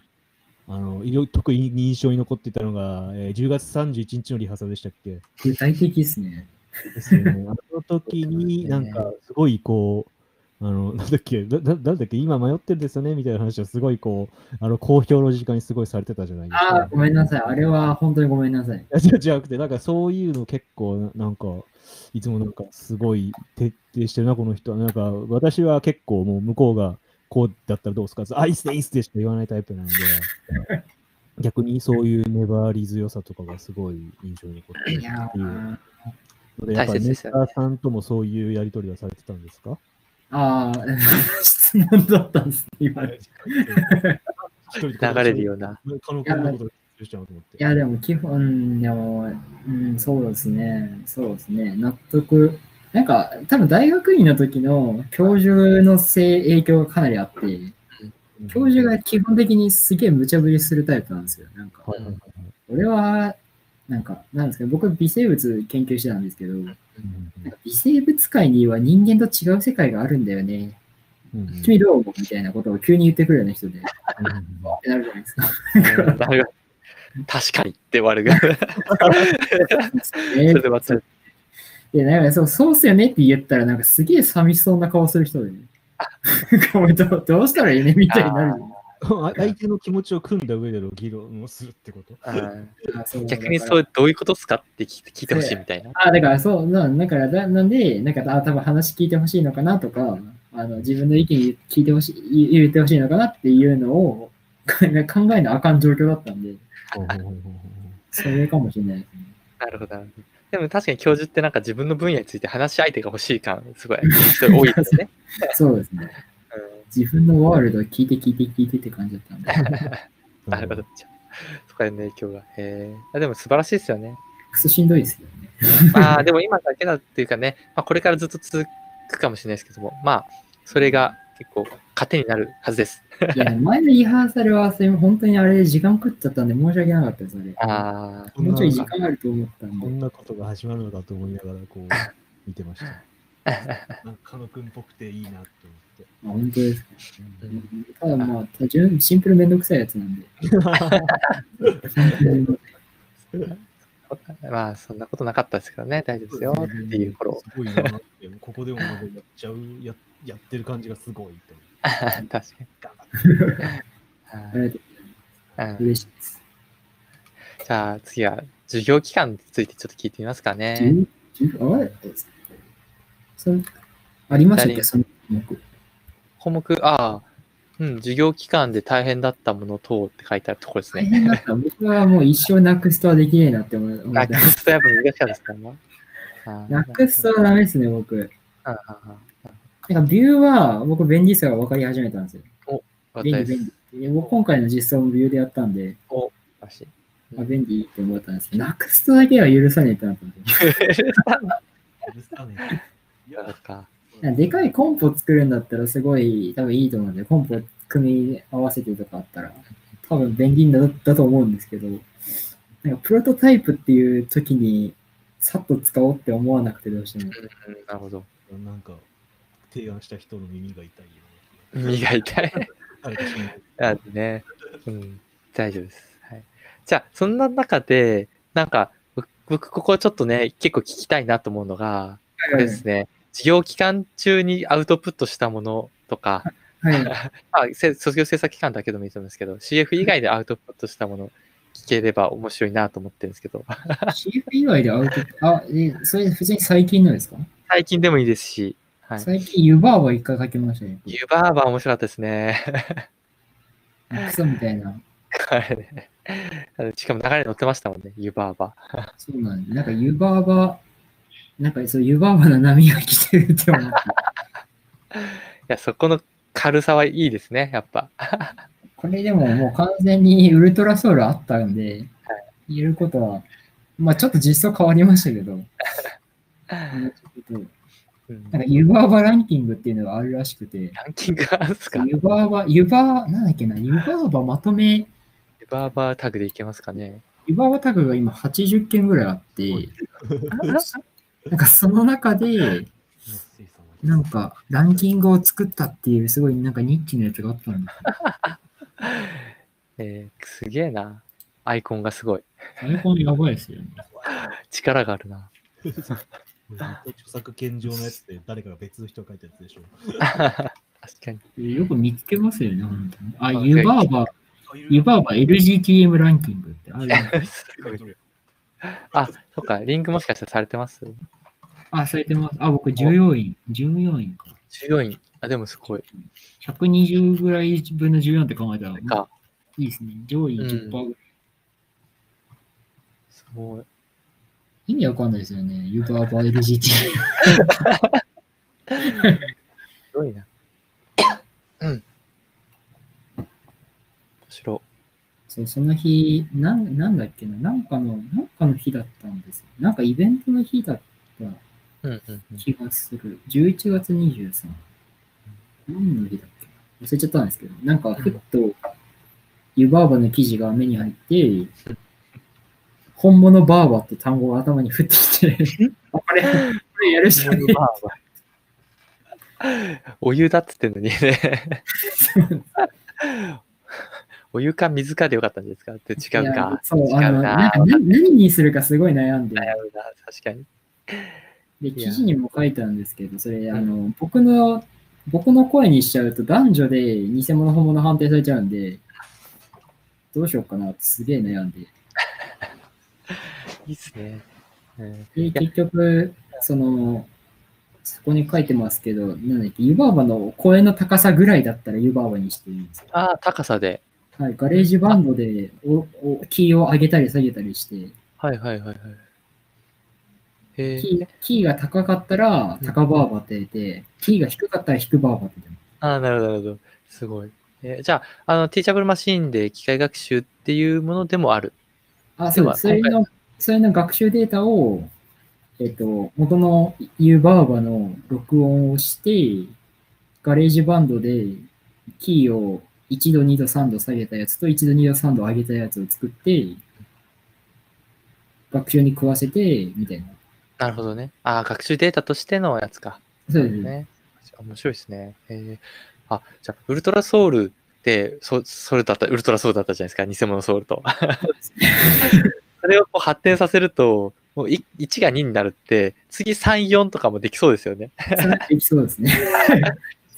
あの、いろ特に印象に残っていたのが、えー10月31日のリハーサルでしたっけ
具体的ですね。
ですよ ね。あの時に、
そ
な
うです
ん
ね
か、すごいこう、あの、なんだっけ、なななんだっけ、今迷ってるんですよねみたいな話をすごいこう、あの、公表の時間にすごいされてたじゃないですか。
ああ、ごめんなさい。あれは本当にごめんなさい。
いや。じゃじゃなくて、なんかそういうの結構、ななんか、いつもなんかすごい徹底してるな、この人は。なんか、私は結構もう向こうがこうだったらどうですかあ、いいっすね、いいっすねしか言わないタイ プなんで、逆にそういう粘り強さとかがすごい印象に残ってる
いや
っていう
ー
ので、やっぱ
大
り
切
メ
で
ス
す
タ
よね
ーさんともそういうやりとりはされてたんですか
ああ、 質問だったんですね、今。い
流
流れるような。
う。可能性のことを言っちゃうと思って。
や、でも基本、でも、うん、そうですね。そうですね。納得。なんか、多分大学院の時の教授のせい影響がかなりあって、
うん
教授が基本的にすげえ無茶ぶりするタイプなんですよ。なんか、
はいはいはい
俺は、なんか、なんですかね、僕微生物研究してたんですけど、なんか微生物界には人間と違う世界があるんだよね。
うんうんうん
君どう思うみたいなことを急に言ってくるような人で、っ
うんうん
てなるじゃないですか。
うんなるほど確かにって終わるが。それで終わっ
で、なんかそう、そうっすよねって言ったら、なんかすげえ寂しそうな顔する人で、ね、 これどうどうしたらいいねみたいになるじゃない
あ相手の気持ちを組んだ上での議論をするってこと
たうん
あそう
逆に
だ
そ
から
う、どういうことっすかって聞いて聞いてほしいみたいな。
あ、だからそう、なだからだ、なんで、なんか、あ、多分話聞いてほしいのかなとか、あの自分の意見聞いてほしい、言ってほしいのかなっていうのを 考え考えなあかん状況だったんで、それかもしれないですね。
なるほどなるほど。でも確かに教授ってなんか自分の分野について話し相手が欲しい感、すごい人多いですね。
そうですね。自分のワールドを聞いて聞いて聞いてって感じだったんで。
うんなるほど。じゃあそこへの影響が。へえあでも素晴らしいですよね。
クソしんどいですよね。
まあでも今だけだっていうかね、まあ、これからずっと続くかもしれないですけども、まあそれが結構糧になるはずです。
いや、前のリハーサルは、それ本当にあれで時間食っちゃったんで申し訳なかったです、あれ。
ああ、
こん
もう
な
ちょい時間あると思ったん
こ
で。
んなことが始まるのかと思いながらこう見てました。なんか野くんっぽくていいなと思って。
あ本当ですか。
う
ただまあ、単純、シンプルめんどくさいやつなん で。
まあそんなことなかったですけどね、大丈夫ですよっていう頃。
すごいなってここでもなんかやっちゃうや、やってる感じがすごいと思って。
確か に。
あれで
うん
嬉しいです。
じゃあ次は授業期間についてちょっと聞いてみますかね。
十十あれそれありましたっけ、その項目
項目、ああ、うん、授業期間で大変だったもの等って書いてあるところです
大
ね。
変だった。僕はもう一生なくすとはできねえなって思う。
なくすとやっぱ難しかったですからね。あー
なくすとはダメですね、僕。
あーあ
なんかビューは僕便利さが分かり始めたんですよ。
ー
便利
私
便利。で僕今回の実装もビューでやったんで、
私
あ便利って思ったんですけど、なくすとだけは許さねえってなったんですよ
そうか
いや。 でかいコンポ作るんだったらすごい多分いいと思うんで、コンポ組み合わせてとかあったら多分便利だだと思うんですけど、なんかプロトタイプっていう時にさっと使おうって思わなくてどうしても。
うんなるほど。
なんか、提案した人の耳が痛いよね。
磨いたい。
はい
あね。うん、大丈夫です。はい、じゃあ、そんな中で、なんか、僕僕、ここちょっとね、結構聞きたいなと思うのが、これですね、授業期間中にアウトプットしたものとか、
はい。
まあ、せ卒業制作期間だけでもいいと思うんですけど、CF 以外でアウトプットしたもの聞ければ面白いなと思ってるんですけど、
CF 以外でアウトあ、え、それ普通に最近のですか、
最近でもいいですし、はい。
最近ユバーは一回書きましたね。
ユバーバー面白かったですね。
クソみたいな。
あれねあのしかも流れに乗ってましたもんね、ユバーバー。
そうなんだ。なんかユバーバ、なんかそうユバーバの波が来てるって思って。
いや、そこの軽さはいいですね、やっぱ。
これでももう完全にウルトラソウルあったんで、言えることは、まあちょっと実装変わりましたけど、もうちょっと
うん
なんかユバーバランキングっていうのがあるらしくて、
ランキングあるんですか
ユバーバ、ユバー、なんだっけな、ユバーバまとめ、
ユバーバータグでいけますかね
ユバーバタグが今80件ぐらいあって、 なんかその中で、なんかランキングを作ったっていうすごいなんかニッチなやつがあったんだ。
えー、すげえな。アイコンがすごい。
アイコンやばいですよね。
力があるな。
著作権上のやつって誰かが別の人が書いたやつでしょ。
確かに。
よく見つけますよね、本当に。あ、
あ
ユバーバ、ユバーバ LGTM ランキングってあ る。
すごいあ、そっか、リンクもしかしたらされてます
あ、されてます。あ、僕14位。14位か。
?14 位。あ、でもすごい。
120ぐらい分の14って考えたら、
か、
いいですね。上位
うん
10%ぐらい。
すごい。
意味わかんないですよね。ユバーバ LGTM。
すごいな。うん。面白。
そう、その日、なんなんだっけな。なんかの、なんかの日だったんですよ。なんかイベントの日だった。
うんうんうん。
気がする。11月23。何の日だっけ忘れちゃったんですけど、なんかふっと、湯バーバの記事が目に入って、本物バーバって単語が頭に降ってきて、あこれ、これやるしかね
まあまあ お湯だっつってんのにね。お湯か水かでよかったんですかって違
え。
う
いや
か。
そう、
違
あ
う
の、
な
なん。か何何にするかすごい悩んで、
悩むな、確かに。
で、
いや
記事にも書いたんですけど、それ、あの、僕の、僕の声にしちゃうと男女で偽物本物判定されちゃうんで、どうしようかなってすげえ悩んで。
いいっすね。うん
で、結局、その、そこに書いてますけど、なんだっけ、湯婆婆の声の高さぐらいだったら湯婆婆にしていいんですよ。
ああ、高さで。
はい、ガレージバンドでおおキーを上げたり下げたりして、
はいはいはいはい。へえ
キーキーが高かったら高バーバって出て、キーが低かったら低バーバって出ま
ああ、なるほど、なるほど。すごい。えーじゃあ、あの、ティーチャブルマシーンで機械学習っていうものでもある。
す。あ、そ
で
うで
は
す。それの、それの学習データを、えっと、元の湯婆婆の録音をして、ガレージバンドでキーを1度、2度、3度下げたやつと1度、2度、3度上げたやつを作って、学習に食わせて、みたいな。
なるほどね。ああ、学習データとしてのやつか。
そうですね。
ね。面白いですね。へえあ、じゃあ、ウルトラソウルって、そそれだった、ウルトラソウルだったじゃないですか、偽物ソウルと。 それをこう発展させると、もうい1が2になるって、次3、4とかもできそうですよね。
それできそうですね。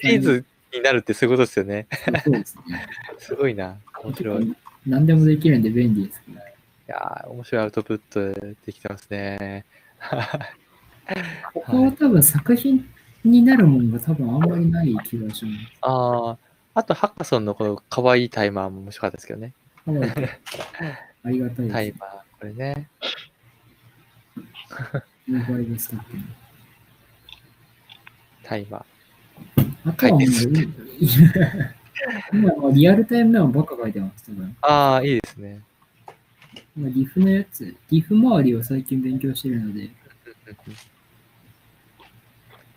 シリーズになるってそういうことですよね。
そうですね。
すごいな。面白い。い
結構何でもできるんで便利ですね。
やー面白いアウトプットできてますね。
ここは多分作品になるものが多分あんまりない気がします。
ああ、あと、ハッカソンのこの可愛いタイマーも面白かったですけどね。
はいありがたい
タイ
です。
マー、これね。
了解ですかって。
タイマー。
あとはもう、
はいです
今はリアルタイムラインばっか書いてます。多分
ああ、いいですね。
まあリフのやつ、リフ周りを最近勉強してるので、
うんうん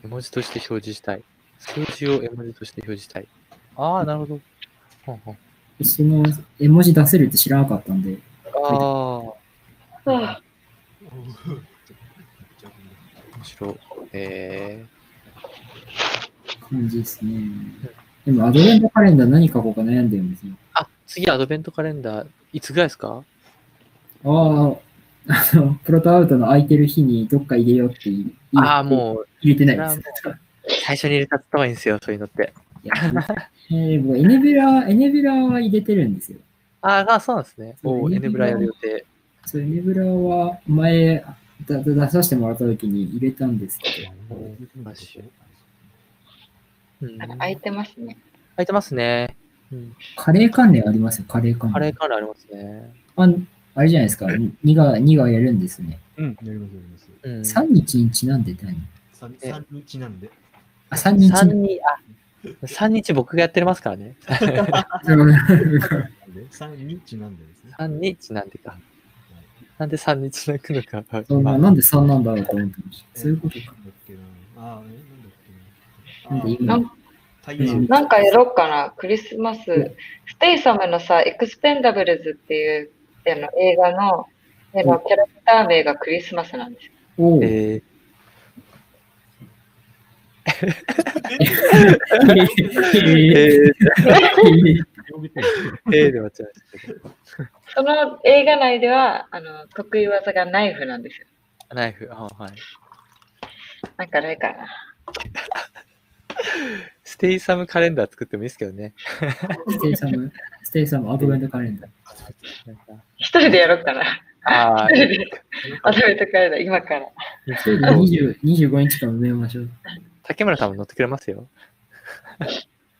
絵文字として表示したい。数字を絵文字として表示したい。ああ、なるほど。ほんほん
その絵文字出せるって知らなかったんで、
ああ。
あ
面白い。え
感じですね。でも、アドベントカレンダー何書こうか悩んでるんですよ。
ー、あ、次アドベントカレンダー、いつぐらいですか
ああ、あの、 プロトアウトの空いてる日にどっか入れようって言い
ああ、もう、
入れてないです。
最初に入れたった方がいいんですよ、そういうのって。
いやえー、僕エネビラ、エネビラは入れてるんですよ。
あーあ、そうなんですね。お
そう
ーエネブラやる予定。
そう、エネビラは前だ出させてもらった時に入れたんですけど、
マジうん、
あら
空
空
い
いてますね。
てますね。うん、
カレー関連ありますよ、カレー関連。
カレーカレーありますね。
ああれじゃないですか、2が、2がやるんですね。
うん、やります、やります。
うん、
3日にちなんで何
三
え
三日なんで。
あ、3日
三
に
日、あ、三日僕がやってますからね。
なんで三日なんでですね。
三日なんでか。なんで三日泣くのか。
そうななんで3なんだろうと思ってました。そういうこと
な
か。
んだっけな。あー、えなんだっけな。
なんで今、
あー
う
太
ん
陽
なんかやろうかな、クリスマス。ステイサムのさ、エクスペンダブルズっていうあの映画のあのキャラクター名がクリスマスなんですよ。
おう
えー、えー、
広げてる。
えー、で終わっちゃいましたけど。
その映画内ではあの得意技がナイフなんですよ。
ナイフ、あはい。
なんかないかな。
ステイサムカレンダー作ってもいいですけどね。
ステイサム、ステイサムアドベントカレンダー。
なんか
一人でやろうかな。
ああ、
一人でアドベントカレンダー、今から。
一人で20 25日間埋めましょう。
竹村さんも乗ってくれますよ。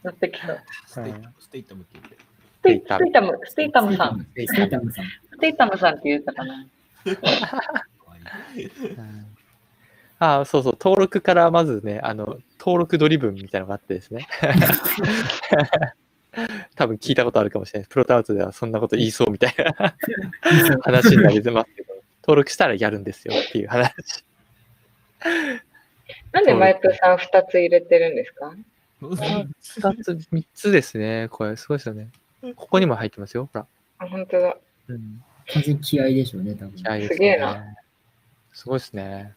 乗ってきそう。
ステイタム、ステイタムって言って。
ステイステイタム、ステイタムさん。
ステイタムステイ タムさん。
ステイタムさんって言うたかな。
可愛い
うんああ、そうそう、登録からまずね、あの、登録ドリブンみたいなのがあって ですね。多分聞いたことあるかもしれないです。プロタウトではそんなこと言いそうみたいな話になります けど、登録したらやるんですよっていう話。
なんでマイプさん2つ入れてるんですか
二つ、三つですね。これ、すごいですよね。ここにも入ってますよ。ほら。
あ本当だ。
うん。
完全に気合でしょうね、多分。
あいいです
げえ
ね
な。
すごいですね。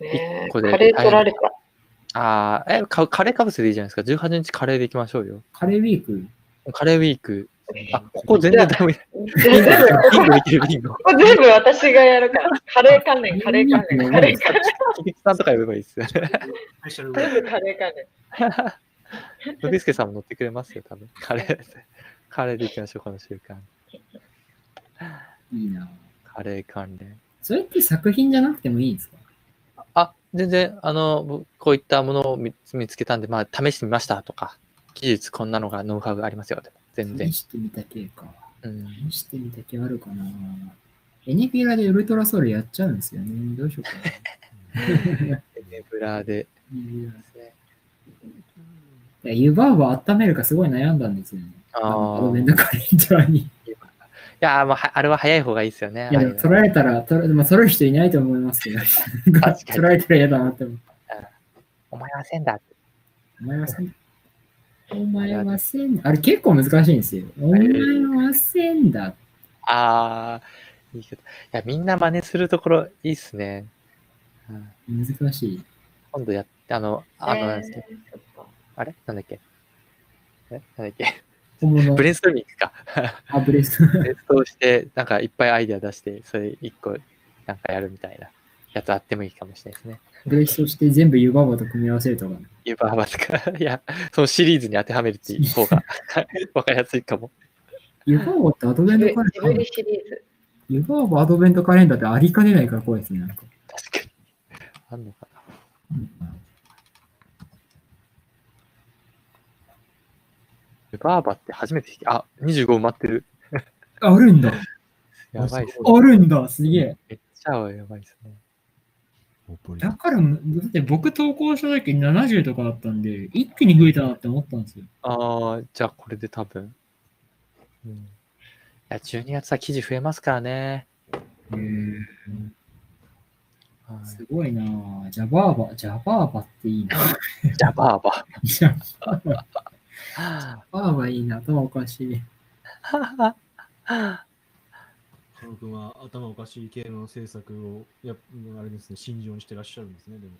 ねえ
一個で
カレー取られた。
ああ、え、かカレーかぶせでいいじゃないですか。18日カレーでいきましょうよ。
カレーウィーク。
カレーウィーク。あ、ここ全然ダメ。
全 部、
ビンゴいける、ビンゴ。
ここ全部私がやるから。カレー関連、カレー関連、カレー関連。
キキさんとか呼べばいいです。
スペシャルウ
全
ェイ
部カレー関連。
のびすけさんも乗ってくれますよ、多分。カレー。 カレーでいきましょう、この週間。
いいな。
カレー関連。
それって作品じゃなくてもいいんですか
あ、全然、あの、ぼこういったものを見見つけたんで、まあ、試してみましたとか、技術こんなのが、ノウハウがありますよ、でも全然
試。してみた系か。
うん、
試してみた系あるかな。エネピラでウルトラソウルやっちゃうんですよね。どうしようか な。
エネブラでですね。
いや湯婆婆温めるかすごい悩んだんですよね。
あ
のアド
ー
ベン
い
トカレンダーに。い
やー、もうは、あれは早い方がいいですよね。
や、で
あれは
も取られたら、取ら,、まあ、取れる人いないと思いますけど、
かに
取られたら嫌だなって思う。
お前はせんだって。
お前はせんお前はせんあれ結構難しいんですよ。お前はせんだ。
ああ、いいけど。いや、みんな真似するところいいっすね。うん
難しい。
今度やって、あの、あの、なんですね
えーそっか
あれなんだっけえなんだっけ
本 物
ブレインストーミングか。
あブレスト。
テストをして、なんかいっぱいアイデア出して、それ一個なんかやるみたいなやつあってもいいかもしれないですね。
ブレストして全部湯婆婆と組み合わせるとか。
ユーバーバスか。 いや、そのシリーズに当てはめるっていう方が わかりやすいかも。
湯婆婆ってアドベントカレ
ジブ
ンダー。
リシリーズ。
湯婆婆アドベントカレンダーってありかねないから怖いですね。なんか
確かに。あんのかな。ルバーバって初めて聞き、あ、25埋まってる。
あるんだ。
やばいっすね。
あるんだ。すげえ。
めっちゃやばいですね。
モポリ
だから、だって僕投稿した時70とかだったんで、一気に増えたなって思ったんですよ。
ああ、じゃあこれで多分。うん、いや、12月は記事増えますからね。は
すごいなぁ。ジャバーバ、ジャバーバっていいな。
い、じゃあ、バーバ
ジャ
ー。
バーバいいな。頭おかしい。
カノ君は頭おかしい系の政策を、やっあれですね、信条にしてらっしゃるんですね。でも、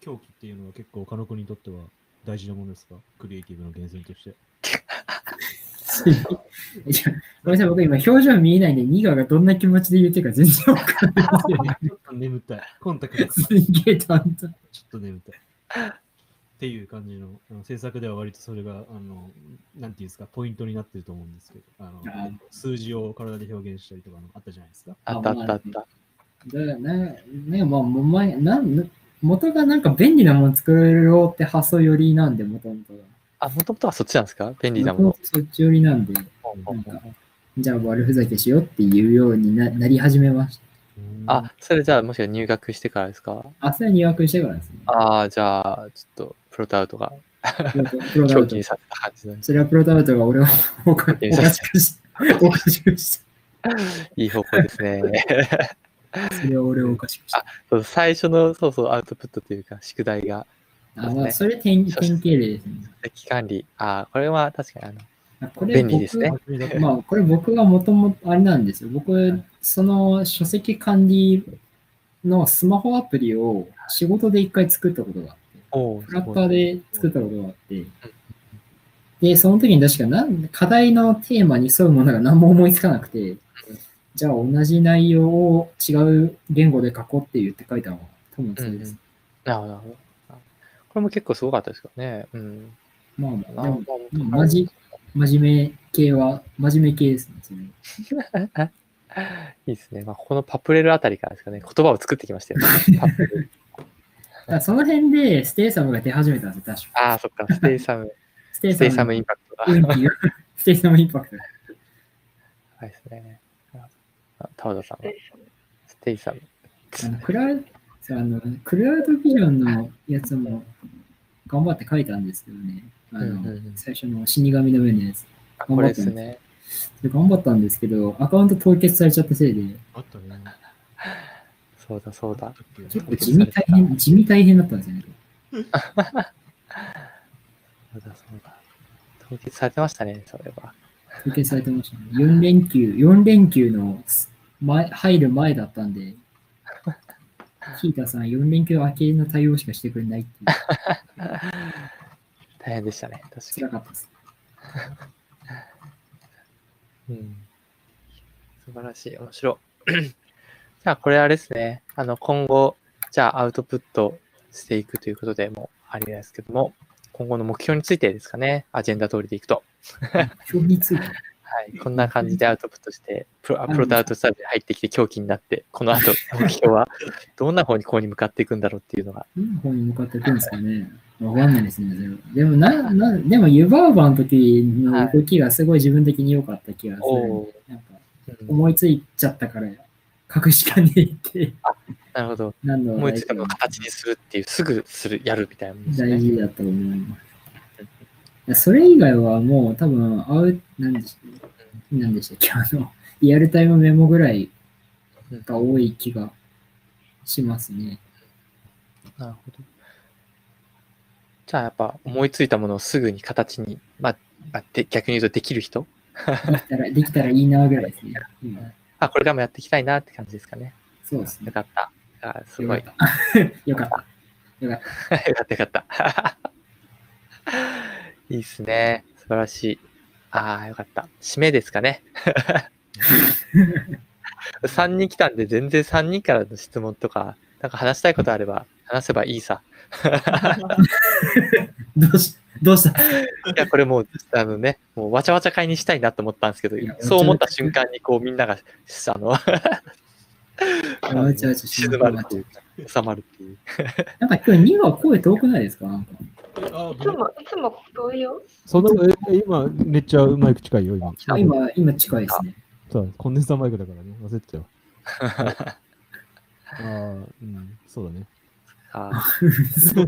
狂気っていうのは結構、カノ君にとっては大事なものですかクリエイティブの源泉として。
すごいいやごめんなさい、僕今表情見えないんで、ニガがどんな気持ちで言ってるか全然わかんない
ちょっと眠たい。コンタクトがちょ
すげえ淡々。
っと眠たい。っていう感じの、あの政策では割とそれが、あの、なんていうんですか、ポイントになってると思うんですけど、あの
あ
数字を体で表現したりとかのあったじゃないですか。
あったあったあった。
だからね、ねまあ、もう前なん元がなんか便利なもの作ろうって発想寄りなんで、もともとが。
あ、もともとはそっちなんですか便利なも
元々
の。
そっち寄りなんで、
うん
なんか、じゃあ悪ふざけしようっていうようにななり始めました。
あ、それじゃあ、もしか入学してからですか
あ、それは入学してからですね。
ああ、じゃあ、ちょっと、プロタウトが
プロプロ ダ
狂
ウ
気
ト
に。された感じの、
それはプロダウトが俺を おかおかしくした。おかしくし
いい方向です ね。
た。それは俺をおかしくした。
そう最初の、そうそう、アウトプットというか、宿題が、
あ、まあ、それ典典型例ですね。
機管理。ああ、これは確かに、あの、
あこれ
便利ですね
僕
うん
まあ、これ僕がもともとあれなんですよ。僕、その書籍管理のスマホアプリを仕事で一回作ったことがあって、
おお、
フラッターで作ったことがあって、で、その時に確かなん課題のテーマに沿うものが何も思いつかなくて、じゃあ同じ内容を違う言語で書こうって言って書いたのは多分それです。
なるほどなるほど。あこれも結構すごかったですけどね。うん。
まあまあ、でも
あ
まあマジ真面目系は、真面目系ですね。それ
いいですね。まあ、ここのパプレルあたりからですかね。言葉を作ってきました よね。パプレル
だからその辺でステイサムが出始めたんですよ、確か。
ああ、そっか。ステイサム、
ステ
ステイサ
の
ムインパクトが。
運気が、ステイサムインパクト。
はいですね。あタワダさんは、
でその
ステイサム。
あのクラウド、あのクラウドビジョンのやつも頑張って書いたんですけどね。あの
うんうんうん
最初の死神の上のやつ。
あこれですね。
それ頑張ったんですけど、アカウント凍結されちゃったせいで、
あったね。
そうだ、そうだ。
結構地味大変、地味大変だったんですよね。
そうだ、そうだ。凍結されてましたね、それは。
凍結されてま したね。4連休、4連休の前入る前だった んで、キータさん4連休明けの対応しかしてくれないっていう、
大変でしたね、確か
辛かった です。
に。うん、素晴らしい、面白い。 じゃあ、これあれですね。あの、今後、じゃあ、アウトプットしていくということでもうありですけども、今後の目標についてですかね、アジェンダ通りでいくと。
表について。
はい、こんな感じでアウトプットして、プロあプロとアウトスタジオに入ってきて狂気になって、この後、目標 はどんな方にこうに向かっていくんだろうっていうのが、
どの方に向かっていくんですかね。わかんないですね。でも、でもななでもユバーバーの時の動きがすごい自分的に良かった気がする。
おー
なんか
うん
思いついちゃったから、書くしかねえ って、
なるほど、
何度
思いついたのを形にするっていう、すぐする、やるみたいなもんです
大
ね。
事だと思いますいや。それ以外はもう多分、あう、なんでしなんでしたっけ、あの、リアルタイムメモぐらいが多い気がしますね。
なるほど。じゃあやっぱ思いついたものをすぐに形に、まあ、まあで逆に言うとできる人
できたらできたらいいなぐらいですね。うん
あ、これからもやっていきたいなって感じですかね。
そうですね
よ。かった。あす
よ
ご
か
い。
っ
よか
た。 よかった。
った よかった。 いいっすね。素晴らしい。ああ、よかった。締めですか ね。3人来たんで、全然3人からの質問とか、なんか話したいことあれば話せばいいさ。
どうしどうした
いや、これもう、あのね、もうわちゃわちゃ会にしたいなと思ったんですけど
いや、
そう思った瞬間に、こう、みんなが、あの、
わちゃわちゃし
静
な
ま
く
る
な
っ
っち
て
ゃ
いう うか、収まるっていう。
なんか今日2は声遠くないですかなんか
あ
いつも、いつも遠いよ。
そのえ今、めっちゃうまい口近いよ、今。
あ今、今近いですね。
そうコンデンサーマイクだからね、忘れてたよ。あーうん、そうだね。
ああ、そう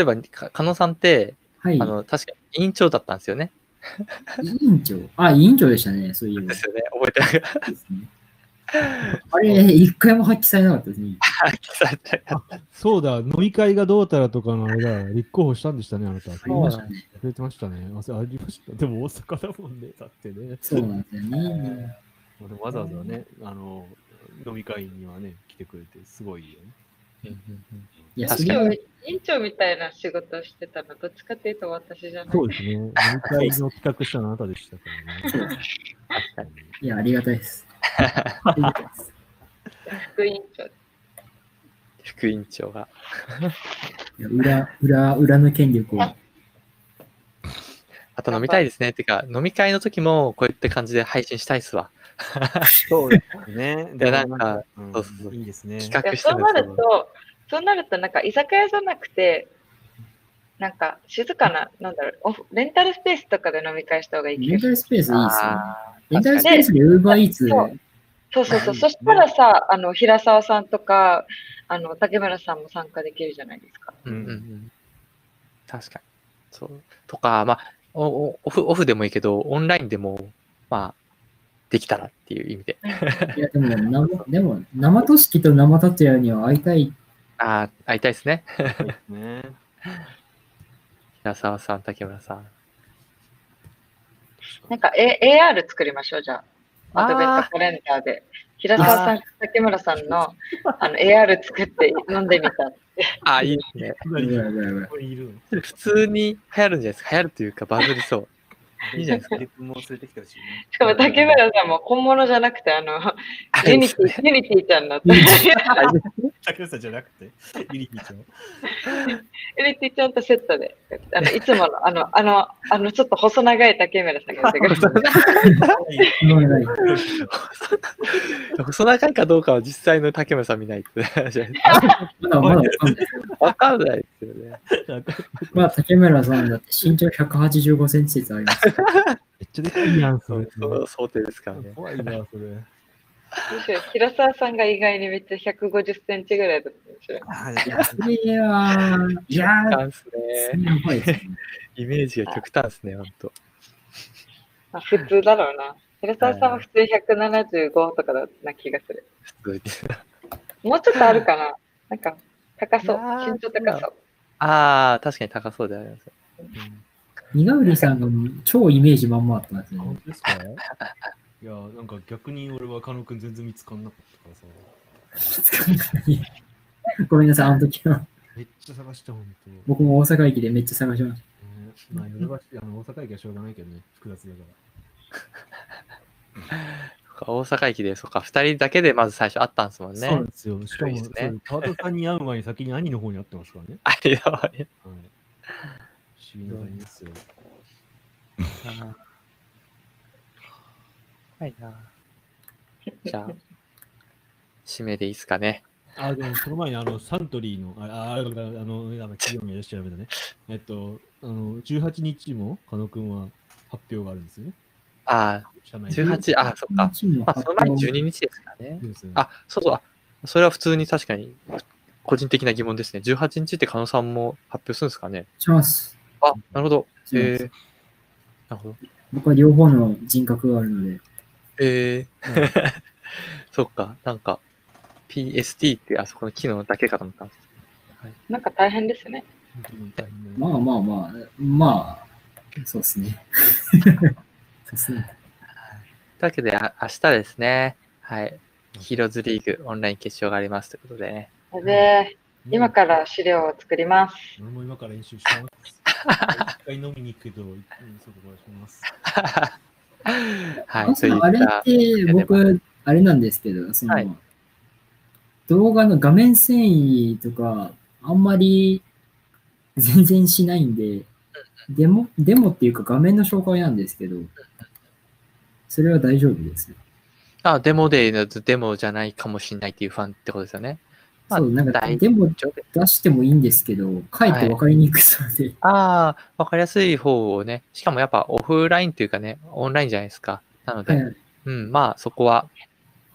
いえば、か加納さんって、
はい
あ。の、確か委員長だったんですよね。
委員長。あ、委員長でしたね。そういう
で。すよね。覚えてない。
ですねあれ、一回も発揮されなかったですね。
そうだ、飲み会がどうたらとかのあれだ、立候補したんでしたね、あなた。
ありましたね。
触れてましたね。あそうありました。でも大阪だもんね、だってね。
そうなんですよね。
俺わざわざね、あの、飲み会にはね、来てくれて、すごいよね。
いや、そ
確
れ
か
は
に、
院長みたいな仕事をしてたの、どっちかっていうと私じゃない
そ。うですね。飲み会の企画したのあなたでしたからね。
確かに。
いや、ありがたいです。ありがたいです
副院長。
副委員長が。
いや裏、裏、裏の権力を。
あと飲みたいですね。てか、飲み会の時もこういった感じで配信したいっすわ。
そうです ね。
でなんか、
う
そうそうそう
いいですね。
企
いや
画して
そう
るん
な
です
る
よ。
と、そうなると、なんか居酒屋じゃなくて、なんか静かな、なんだろうオフ、レンタルスペースとかで飲み会した方がいい
レ
気
ン
が
タ
する。
ルスペースいいですよね。
あ
レンタルスペースで UberEats
そうそうそうそう。
うん
そしたらさ、あの、平沢さんとか、あの、竹村さんも参加できるじゃないですか。
ーうんうんうん。確かに。そう。とか、まあ、おおオフ、オフでもいいけど、オンラインでも、まあ、できたらっていう意味で。
いや、でも、生、でも、生としきと生達也には会いたい。
ああ、会いたいですね。
そうですね。
平沢さん、竹村さん。
なんか、A、AR 作りましょう、じゃあ。アドベントカレンダーで。平沢さん、竹村さん のあの AR 作って飲んでみた。
ああ、いいですね。
こ
やばいやばいやばい
こにいるの
普通に流行るんじゃないですか。流行るというか、バズり そう。いいじゃないですか
ゲップも連れてきてほしいね。
しかも竹村さんも本物じゃなくて、あの、ユニティ、ユニティちゃん の。ユニ
竹村さんじゃなくて、ユリピーちゃん。
ティちゃんとセットで。あの、いつもの、あの、あの、あの、ちょっと細長い竹村さんが出てくる。
ごめんなさい。
細長いかどうかは実際の竹村さん見ないと。
まだまだわかんな
わかん
い。
ないですよね。
まあ、竹村さんだって身長185センチ説あり ます。
めっちゃでかいやん、そ
そ
れ
う。そう想定ですからね。
怖いな、それ。
むしろ 平沢さんが意外にめっちゃ150センチぐらいだったんですよ。
あ
いや、それは、いや
極
ー、
端っす
そ
ね。
れやばいですね。
イメージが極端ですね、ほんと。
まあ、普通だろうな。平沢さんは普通175とかだな気がする。
普通に
もうちょっとあるか な。なんか、高そう。
いやー
身長高そう。
ああ、確かに高そうであります。
苦瓜さんが超イメージまんまだったんですよ
本
ね。
当ですかいや、なんか逆に俺はカノ君全然見つかんなかったからさ。
ごめんなさい、あの時は。
めっちゃ探した、ほんと。ね
僕も大阪駅でめっちゃ探しまし
まあ、ヨドバシあの大阪駅はしょうがないけどね、複雑だか
大阪駅で、そっか、二人だけでまず最初会ったんですもん
ら。
ね。
そうなんですよ。しかも、
そうですね
そう川田さんに会う前に先に兄の方に会ってますからね。
あやばい
はい。不思議な感じですよ。
な。はいな。じゃあ、締めでいいっすかね。
あ、でもその前にあのサントリーの、あ、あああの、あの、あの企業名出しちゃダメだね。えっと、あの、18日も、カノ君は発表があるんですよね。
あ
社
あ、
内で。
18、あ、そっか
た。。チームの
まあ、
発
その
表
前に12日ですからね。
ですよね
あ、そうそう。あそれは普通に確かに、個人的な疑問ですね。18日って狩野さんも発表するんですかね。
します。
あ、なるほど。
します
えー、なるほど。
僕は両方の人格があるので、
えー、 そっか、なんか、PST ってあそこの機能だけかと思ったんです。
なんか大変ですね。
本当に大変だね
まあまあまあ、まあ、そうで すね。そうです
とい
ね。
うわけで、あ明日ですね、はい、ヒーローズリーグオンライン決勝がありますということでね。
で、今から資料を作ります。
俺も今から練習してます。一回飲みに行くけど、うんそうとこします。
は
あ
い、そうい
あれ
った
っ、て僕、あれなんですけど、その、
はい
動画の画面遷移とか、あんまり全然しないんで、デモ、デモっていうか画面の紹介なんですけど、それは大丈夫ですよ。
あ、デモデーのデモじゃないかもしれないっていうファンってことですよね。まあ
そう、なんか、
大
でも
丈夫です
出してもいいんですけど、書いて分かりにくさで、
ああ、わかりやすい方をね、しかもやっぱオフラインというかね、オンラインじゃないですか。なので、
はい、
うん、まあそこは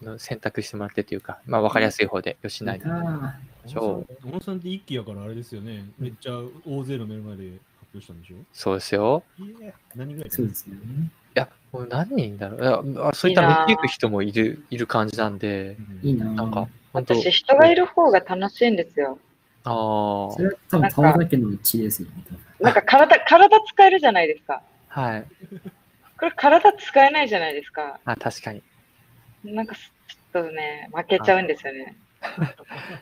うん選択してもらってというか、まあわかりやすい方でよしないと。
あ
そ
小野さんって一期やからあれですよね。めっちゃ大勢の目の前で発表したんでしょ
そうですよ。
いや何ぐらい
ーそうですよね。
いや、もう何人だろういや。あそういった道行く人もいる、いる感じなんで、
いいな。
なんか、本当
私、人がいる方が楽しいんですよ。
あ
それは多分顔だけのうちですよね。
なんか体、体使えるじゃないですか。
あ、はい。
これ体使えないじゃないですか。
あ、確かに。
なんかすちょっとね、負けちゃうんですよね。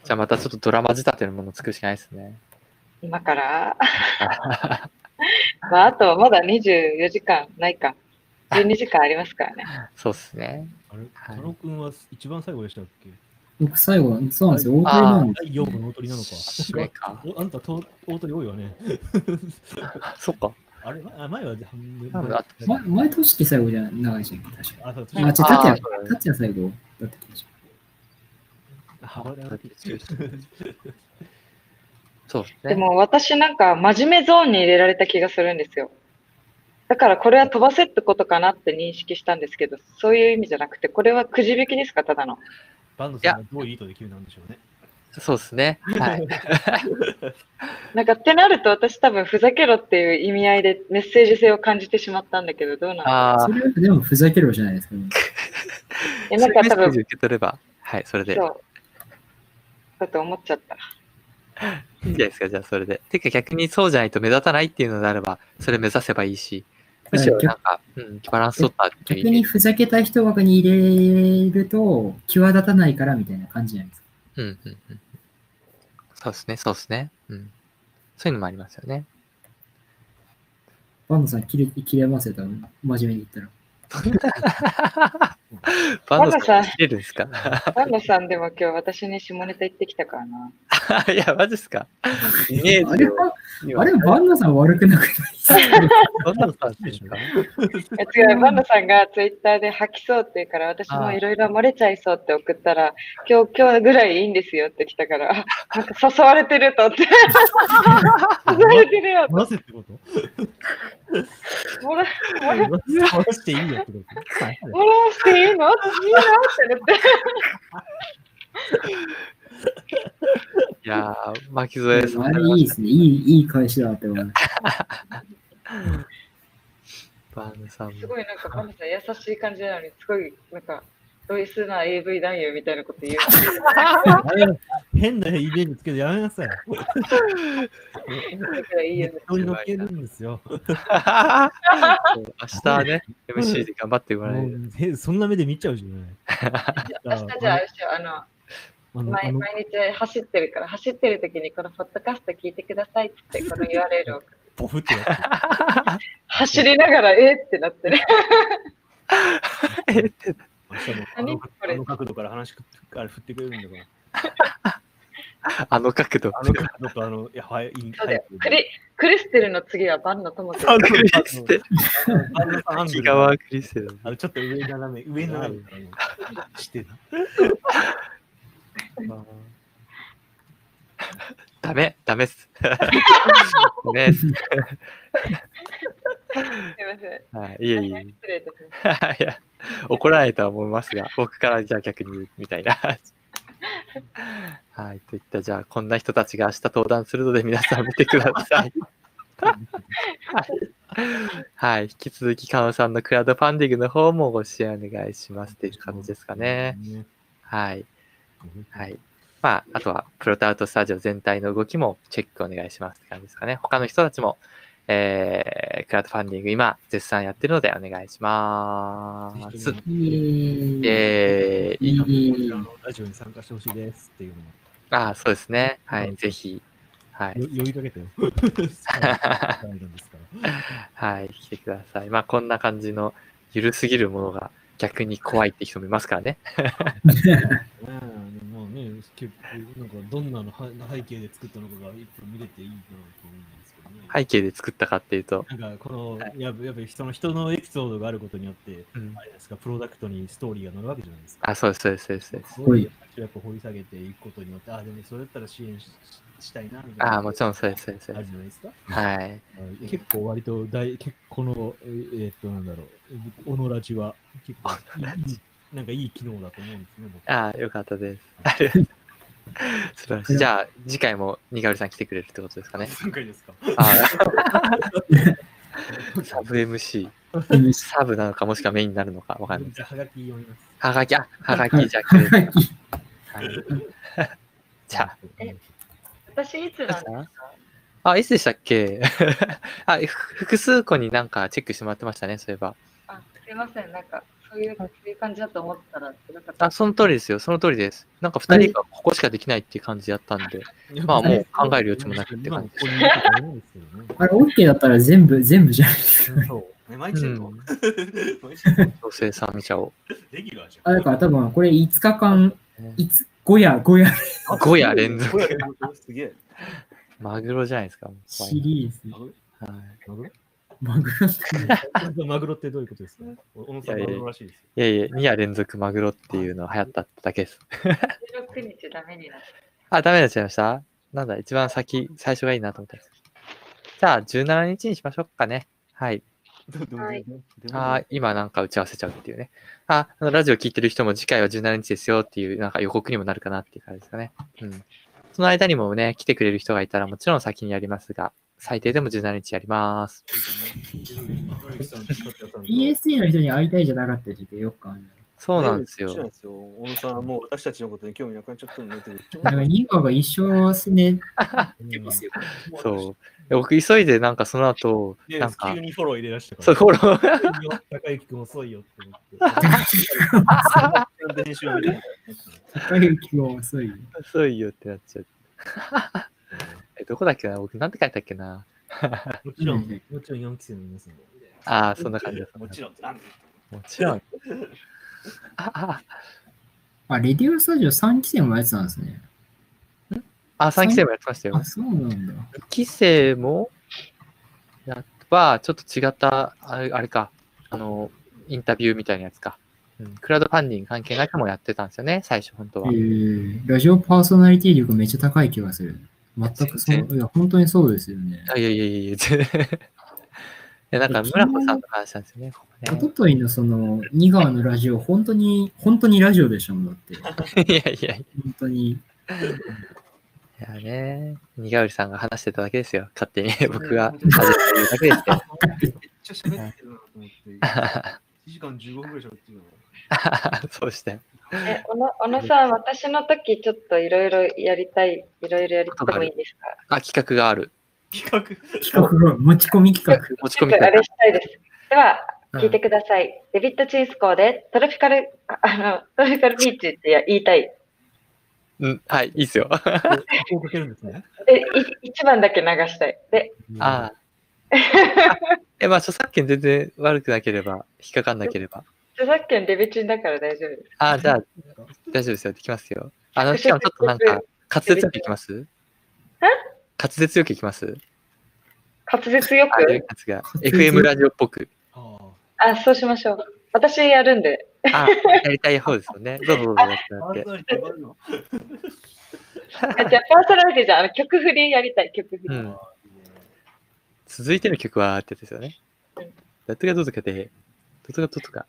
じゃあまたちょっとドラマ仕立てのもの作るしかないですね。
今から。 まあ、あとまだ24時間ないか。12時間ありますからね。
そうですね。
あれ、
はい
太郎くんは一番最後でしたっけ
僕最後、そうなんですよ。大鳥なんで
第4部の大鳥なのか。
締めか。
おあんたと大鳥多いわね。
そっか。
あれ、あ前は半分
多分あ
す。ま前年って最後じゃ長いじゃん、確かに。
あ、そ
あ、
う、
じゃあ、
あー
達也、達也最後だった気がし
ああれあれ
そうです
で
ね。
も私なんか真面目ゾーンに入れられた気がするんですよ。だからこれは飛ばせってことかなって認識したんですけど、そういう意味じゃなくて、これはくじ引きですか、ただの。
バンドさんがどういう意図で決めたんでしょうね。
そうですね。はい。
なんかってなると私多分ふざけろっていう意味合いでメッセージ性を感じてしまったんだけど、どうなん
あ
た。
あ
そ、れはでもふざけろじゃないですか、ね。
えなんか
メッ
多
セージ
分、
受け取れば、はい、それで。い
そう。だと思っちゃった。
いんじゃないですか、じゃあそれで。てか逆にそうじゃないと目立たないっていうのであれば、それ目指せばいいし、むしろなんか、うん、バランス取ったって
逆
いう
に。ふざけた人枠に入れると、際立たないからみたいな感じじゃないですか。
うん、うん、うん。そうですね、そうですね。うん。そういうのもありますよね。
バンドさん切れ、切れますよ、多分。真面目に言ったら。
バン
バ
ド
ンドさ
さ
ん
ん、切れるんですか
パンダさんでも今日私に下ネタ言ってきたからな。
いや、マジっすか。イメ
あ
ージ
れ
を
は、あれはバンドさん悪くなくないですか
バンドさんですか
いや違う、バンドさんがツイッターで吐きそうって言うから、私もいろいろ漏れちゃいそうって送ったら、今日、今日ぐらいいいんですよって来たから、あなんか誘われてるとって、 誘われてるよと
なぜってこと
もら、もら、も
話していいよってこと
らしていいのいいのって言って、
いやー、巻き添えさ
あ
ん
れいいですね。いい、いい返しだって思います。
バンドさんも
すごいなんかバンドさん優しい感じなのに、すごいなんか、ドイツな AV 男優みたいなこと言う。
あれ変なイメージつけてやめなさい。
だからいいよね。
人に乗っけるんですよ。
明日ね、MC で頑張ってもらえ
も
る。
うへそんな目で見ちゃうじゃない。
明日じゃあ、あれしようあの、
あの、あ
毎
の
毎日走ってるから、走ってる時にこのポッドキャスト聞いてくださいって、この URL を
ボフってやつ。
走りながら、えーってなってる。
明日もあ
何
の
こ
あ
れ
の角度から話から振ってくれるんだから。
あの角度。
あ の角度とあの、いや、はい、いい。
そうだよ
はい
クリクリステルの次はバンの友達。
クリステル。
あのアング
右
ル
側クリステル。
あのちょっと上斜め、上斜めからもうしてな。
ダメ、ダメっ す。ダメっす。
すみません。
はい、いえいえ
大変失礼いたしまし
いや。怒らないとは思いますが、僕からじゃあ逆に言うみたいな。 はい、といった、じゃあこんな人たちが明日登壇するので皆さん見てください。 はい、引き続き、カオさんのクラウドファンディングの方もご支援お願いしますっていう感じですかね。。はい。はい。まあ、あとは、プロトアウトスタジオ全体の動きもチェックお願いしますって感じですかね。他の人たちも、えー、クラウドファンディング今、絶賛やってるのでお願いします。
ぜ
イエーイ。
えー、いい
ひあのラジオに参加してほしいですっていうのも。
あー、そうですね。は
う
い、
ん
ぜひ。はい
よ。呼びかけてよ。はいなんですから
はい、来てください。まあ、こんな感じの、ゆるすぎるものが逆に怖いって人もいますからね。
ねえ、まあね、結局、なんかどんなのは背景で作ったのかが一分見れていいなと思うんですけどね。
背景で作ったかっていうと、
なんかこの、やっぱやっぱり人の人のエピソードがあることによって、
うん
あれですか、プロダクトにストーリーが乗るわけじゃないですか。
あ、そうです、そうです、そうですそうです。
すごい、やっぱ掘り下げていくことによって、あ、でもそれだったら支援ししたいな、みたいな。
あ、もちろんそうです、そうです。そう
あ
で
る
す
じゃないですか。
はい。
うん
結構割と大、結構この、ええーっと、なんだろう、オノラジは結構いい、なんかいい機能だと思うんですね、僕
あ、よかった です。ありがとう素晴らしい。じゃあ、次回もにがるさん来てくれるってことですか ね。
何回ですか
あサブ MC。サ ブなのか、もしくはメインになるのか、わかんない。
じゃあ、はがき読みます。
はがき、あ、はがきじゃくれる。じゃあ、
え私いつなんですか
あ、いつでしたっけ あ、ふ複数個になんかチェックしてもらってましたね、そういえば。
あすいません、なんかそういうそういう感じだと思ったら、なかった
あ、その通りですよ、その通りです。なんか2人がここしかできないっていう感じだったんで、まあもう考える余地もなくって感
じ。今もここにいると思うんですけどね
あれ、OK だったら全部、全部じゃないですか。
そう。 ね毎日やるの
うん
毎日やるの
女性さん見ちゃおう。
レギュラーじゃ
あ、
ん。
だから多分、これ5日間、
ね
いつ、5夜、5夜
5夜連続
五夜連続すげ え。
マグロじゃないですか。もう
シリーズ。
マグ
はい
ロマグロ
マグ
マグロ
ロって
ってどういうことですかお小野さん
い
マ
やいや
グロらしいですよ。
いやいや、2夜連続マグロっていうの流行ったってだけです。
16日ダメになった。
あ、ダメになっちゃいましたなんだ、一番先、最初がいいなと思ったんです。じゃあ、17日にしましょうかね。はい。
はい
あー今なんか打ち合わせちゃうっていうね。あ、あのラジオ聞いてる人も次回は17日ですよっていうなんか予告にもなるかなっていう感じですかね。うん。その間にもね、来てくれる人がいたらもちろん先にやりますが、最低でも17日やります。
PSA の人に会いたいじゃなかったし、よくある。
そうなんです
そうなん
よ。
ですよ。小野さんはもう私たちのことに興味なくなっちゃったんで、
だから、ニコが一生すねてますよ。
そう。僕、急いでなんかその後、
で
なんか
急、にフォロー入れ出したから。
そう、フォロー、
高之君遅いよって思って。ちゃんと編集を入れて
高雪は遅いよ。
遅いよってなっちゃう。 え、どこだっけな僕、なんて書いたっけな
もちろん、もちろん4期生の皆さんも。
ああ、そんな感じです。
もちろんってなんで
もちろん。ああ、
あ、レディオスタジオ3期生もやってたんですね。
あ、3期生もやってましたよ
あ、。そうなんだ。
2期生も、やっぱ、ちょっと違った、あれあれか、あの、インタビューみたいなやつか。うん、クラウドファンディング関係なくもやってたんですよね、最初、本当
え
は。
ー、ラジオパーソナリティ力めっちゃ高い気がする。全くそう、
全
いや、本当にそうですよね。
あいやいやいやいや、 全然いや、なんか、村子さんと話したんですよね、こ
一
こ
昨日のその、ニ川のラジオ、本当に、本当にラジオでしたもんだって。
ね。
本
いやいやい
当に。
や。いやね、にがうりさんが話してただけですよ、勝手に。 僕が始めてるだけですよ。
めっちゃ喋ってるなと思って。1時間15分ぐらい喋ってるな。
そうして。
え、小野小野さん、私の時ちょっといろいろやりたい、いろいろやりたくてもいいですか
あ、企画がある。
企
企画が、持ち込み企画。
持ち
ち
込
ょっ
み
と
た
あ
い
れしたいです。では、
うん
聞いてください。デビッド・チンスコーでトロピカル、ああの、トロピカルビーチって言いたい。
うん、はい、いいですよ。
画。こうかけるんですね。
で、い一番だけ流したい。で、
ああ。え、まあ、著作権全然悪くなければ、引っかかんなければ。
著作権デビチンだから大丈夫です。
ああ、じゃあ、大丈夫ですよ。できますよ。あの、しかもちょっとなん か、滑舌よくいきます
え
滑舌よくいきます
滑舌よ
ああいうや
く。
つが、
舌よく
FM ラジオっぽく。
あ
あ、そうしましょう。私やる んで。
あやりたい方ですよね。どうぞどうぞやって
あ。
も
パ
らっ
ーソ。
て
ナリティもあるの
あじゃあ、パーソナリティじゃん。あの、曲振りやりたい、曲振
う
り。
ん。続いての曲は、ってやつですよね。だってがどうとかで、どうとかどうとか。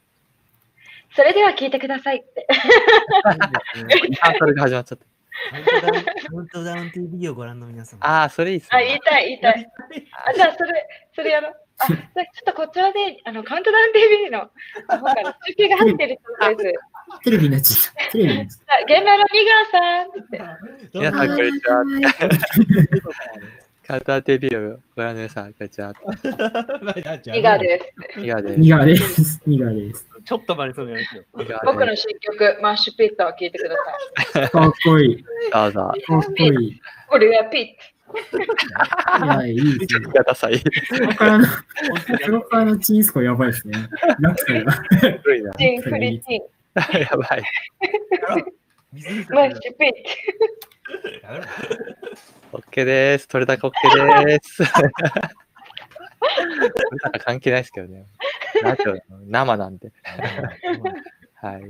それでは聞いてくださいって。
リハーサルが始まっちゃった。
カウントダウン TV をご覧の皆様。
ああ、それいいっす
あ、言い
ね。
たい、言いたい。あ、じゃあ、それ、それやろう。あ、じゃあちょっとこちらで、あの、カウントダウン TV の、あの中継が入ってる そうです。
テレビになっちゃった。テレビになっちゃっ
じゃあ、現場のニ
皆
ガーさん。
さん、こんにちは。カウンター TV をご覧の皆さん、こんにちは。
ニガーです。
いやで
た。ニガーです。ニガーです。
ちょっとバレそうなやつよ。
僕の新曲、マッシュピットを聞いてください。
かっこいい。
どうぞ。
かっこいい。い
これはピッ
や、いいですね。
ください。
ここからの、ここからのチンスコやばいですね。楽天が。
古いな。
チン、フリチン、
やばい。
マッシュピッ
ダメだ
OK です。取れ高 OK です。 取れ高関係ないですけどね。ラジオ生なんで。はい。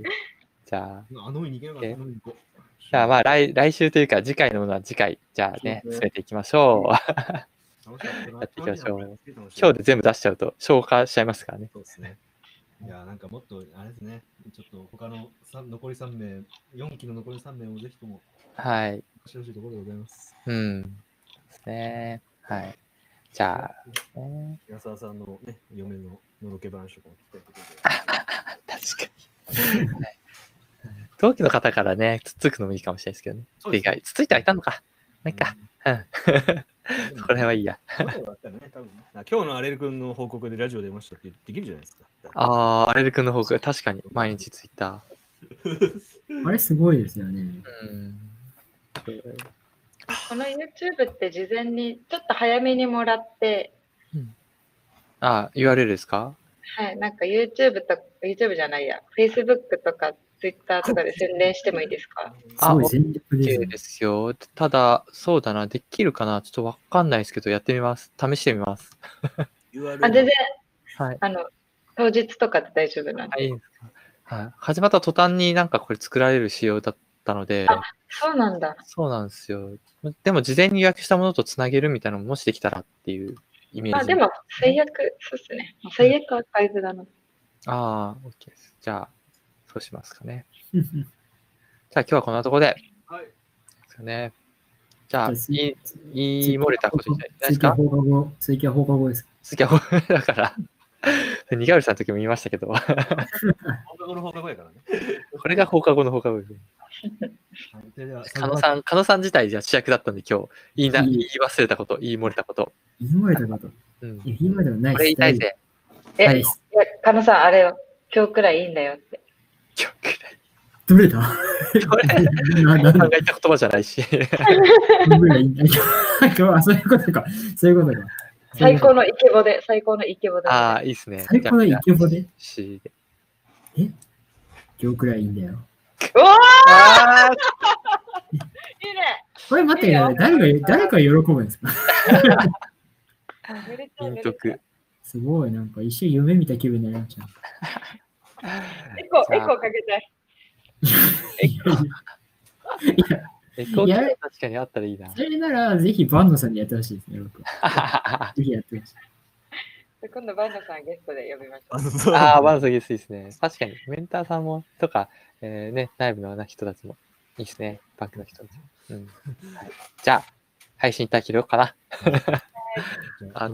じゃあ、
あの上に行けなかった。あの上に行こう。
じゃあまあ来来週というか次回のものは次回。じゃあね、
そうですね
進めていきましょう。
楽しかったな
やっていきましょう。今
今
日で全部出しちゃうと消化しちゃいますからね。
そうですね。いや、なんかもっと、あれですね、ちょっと他の三残り3名、4期の残り3名もぜひとも
はい。
おしてほしいところでございます。
うん。ですね。はい。じゃあ、ね、
安田さんのね、嫁ののろけ話とかも聞きたいとこ
確かに。同期の方からね、つっつくのもいいかもしれないですけどね。
ろ
て
で。
か、つっついてはいたのか。なんか、
うん。
それはいいや。
今日今日のアレル君の報告でラジオ出ましたってできるじゃないですか。
あー、アレル君の方が確かに毎日ツイッタ
あれすごいですよね。
ー。うん。
この YouTube って事前にちょっと早めにもらって、
あ、URL ですか
はい、なんか YouTube と、YouTube じゃないや、Facebook とか Twitter とかで宣伝してもいいですか
すごい全力です、
OK
ね
で。すよ。ただ、そうだな、できるかなちょっとわかんないですけど、やってみます。試してみます。
URL
あ、全然、
はい。
あの、当日とかで大丈夫なんで。
はい、いいですか。はい。始まった途端になんかこれ作られる仕様だったので、
そうなんだ。
そうなんですよ。でも事前に予約したものとつなげるみたいなのももしできたらっていうイメージ。
まあでも、最悪、そうっすね。最悪はアーカイブだな。
ああ、OK です。じゃあ、そうしますか ね。
うんうん
じゃあ今日はこんなとこで。
はい
ですかね。じゃあ、
じゃあ
言い言い漏れたことじゃないです
追加
か
放課後、追加放課後です。
次は、 だから、にがうりさんの時も言いましたけど、
放課後の放課後やからね。
これが放課後の放課後です。
はいそれでは、
狩野さん、狩野さん自体じゃ主役だったんで、今日、言いな、
い
言
い
い忘れたこと、言い漏れたこと。
言い漏れたこと。い
うん。こ
や言い漏れたことない
れ言いたいぜ。
え、
ないいです。
や、カノさん、あれよ。今日くらいいいんだよって。
今日くらい。
どれだ なな
狩野さ
な
が
ん
言った言葉じゃないし。
どれだいいんだ今日はそういう ことか。そういうことか。
最高のイケボで、最高のイケボで。
ああ、いいですね。
最高のイケボで
し
今日くらいいいんだよ。
うわ
あー
ーいいね
これ待ってください。誰が、誰が喜ぶんですか
めでと
陰
うめでとう
徳。
すごい、なんか一瞬夢見た気分になりました。
エコエコかけたい。
エコー
いや
確かにあったらいいな
そ。れなら、ぜひバンドさんにやってほしいですね、僕は。
あ
ぜひやってほしい。
で今度、バンドさんゲストで呼びましょう。
あー、ワンサギスいいですね。確かに、メンターさんも、とか、えーね、内部の人たちも、いいですね。バックの人たちも。うん。はいじゃあ、配信いただけるかな。
じゃあ
あ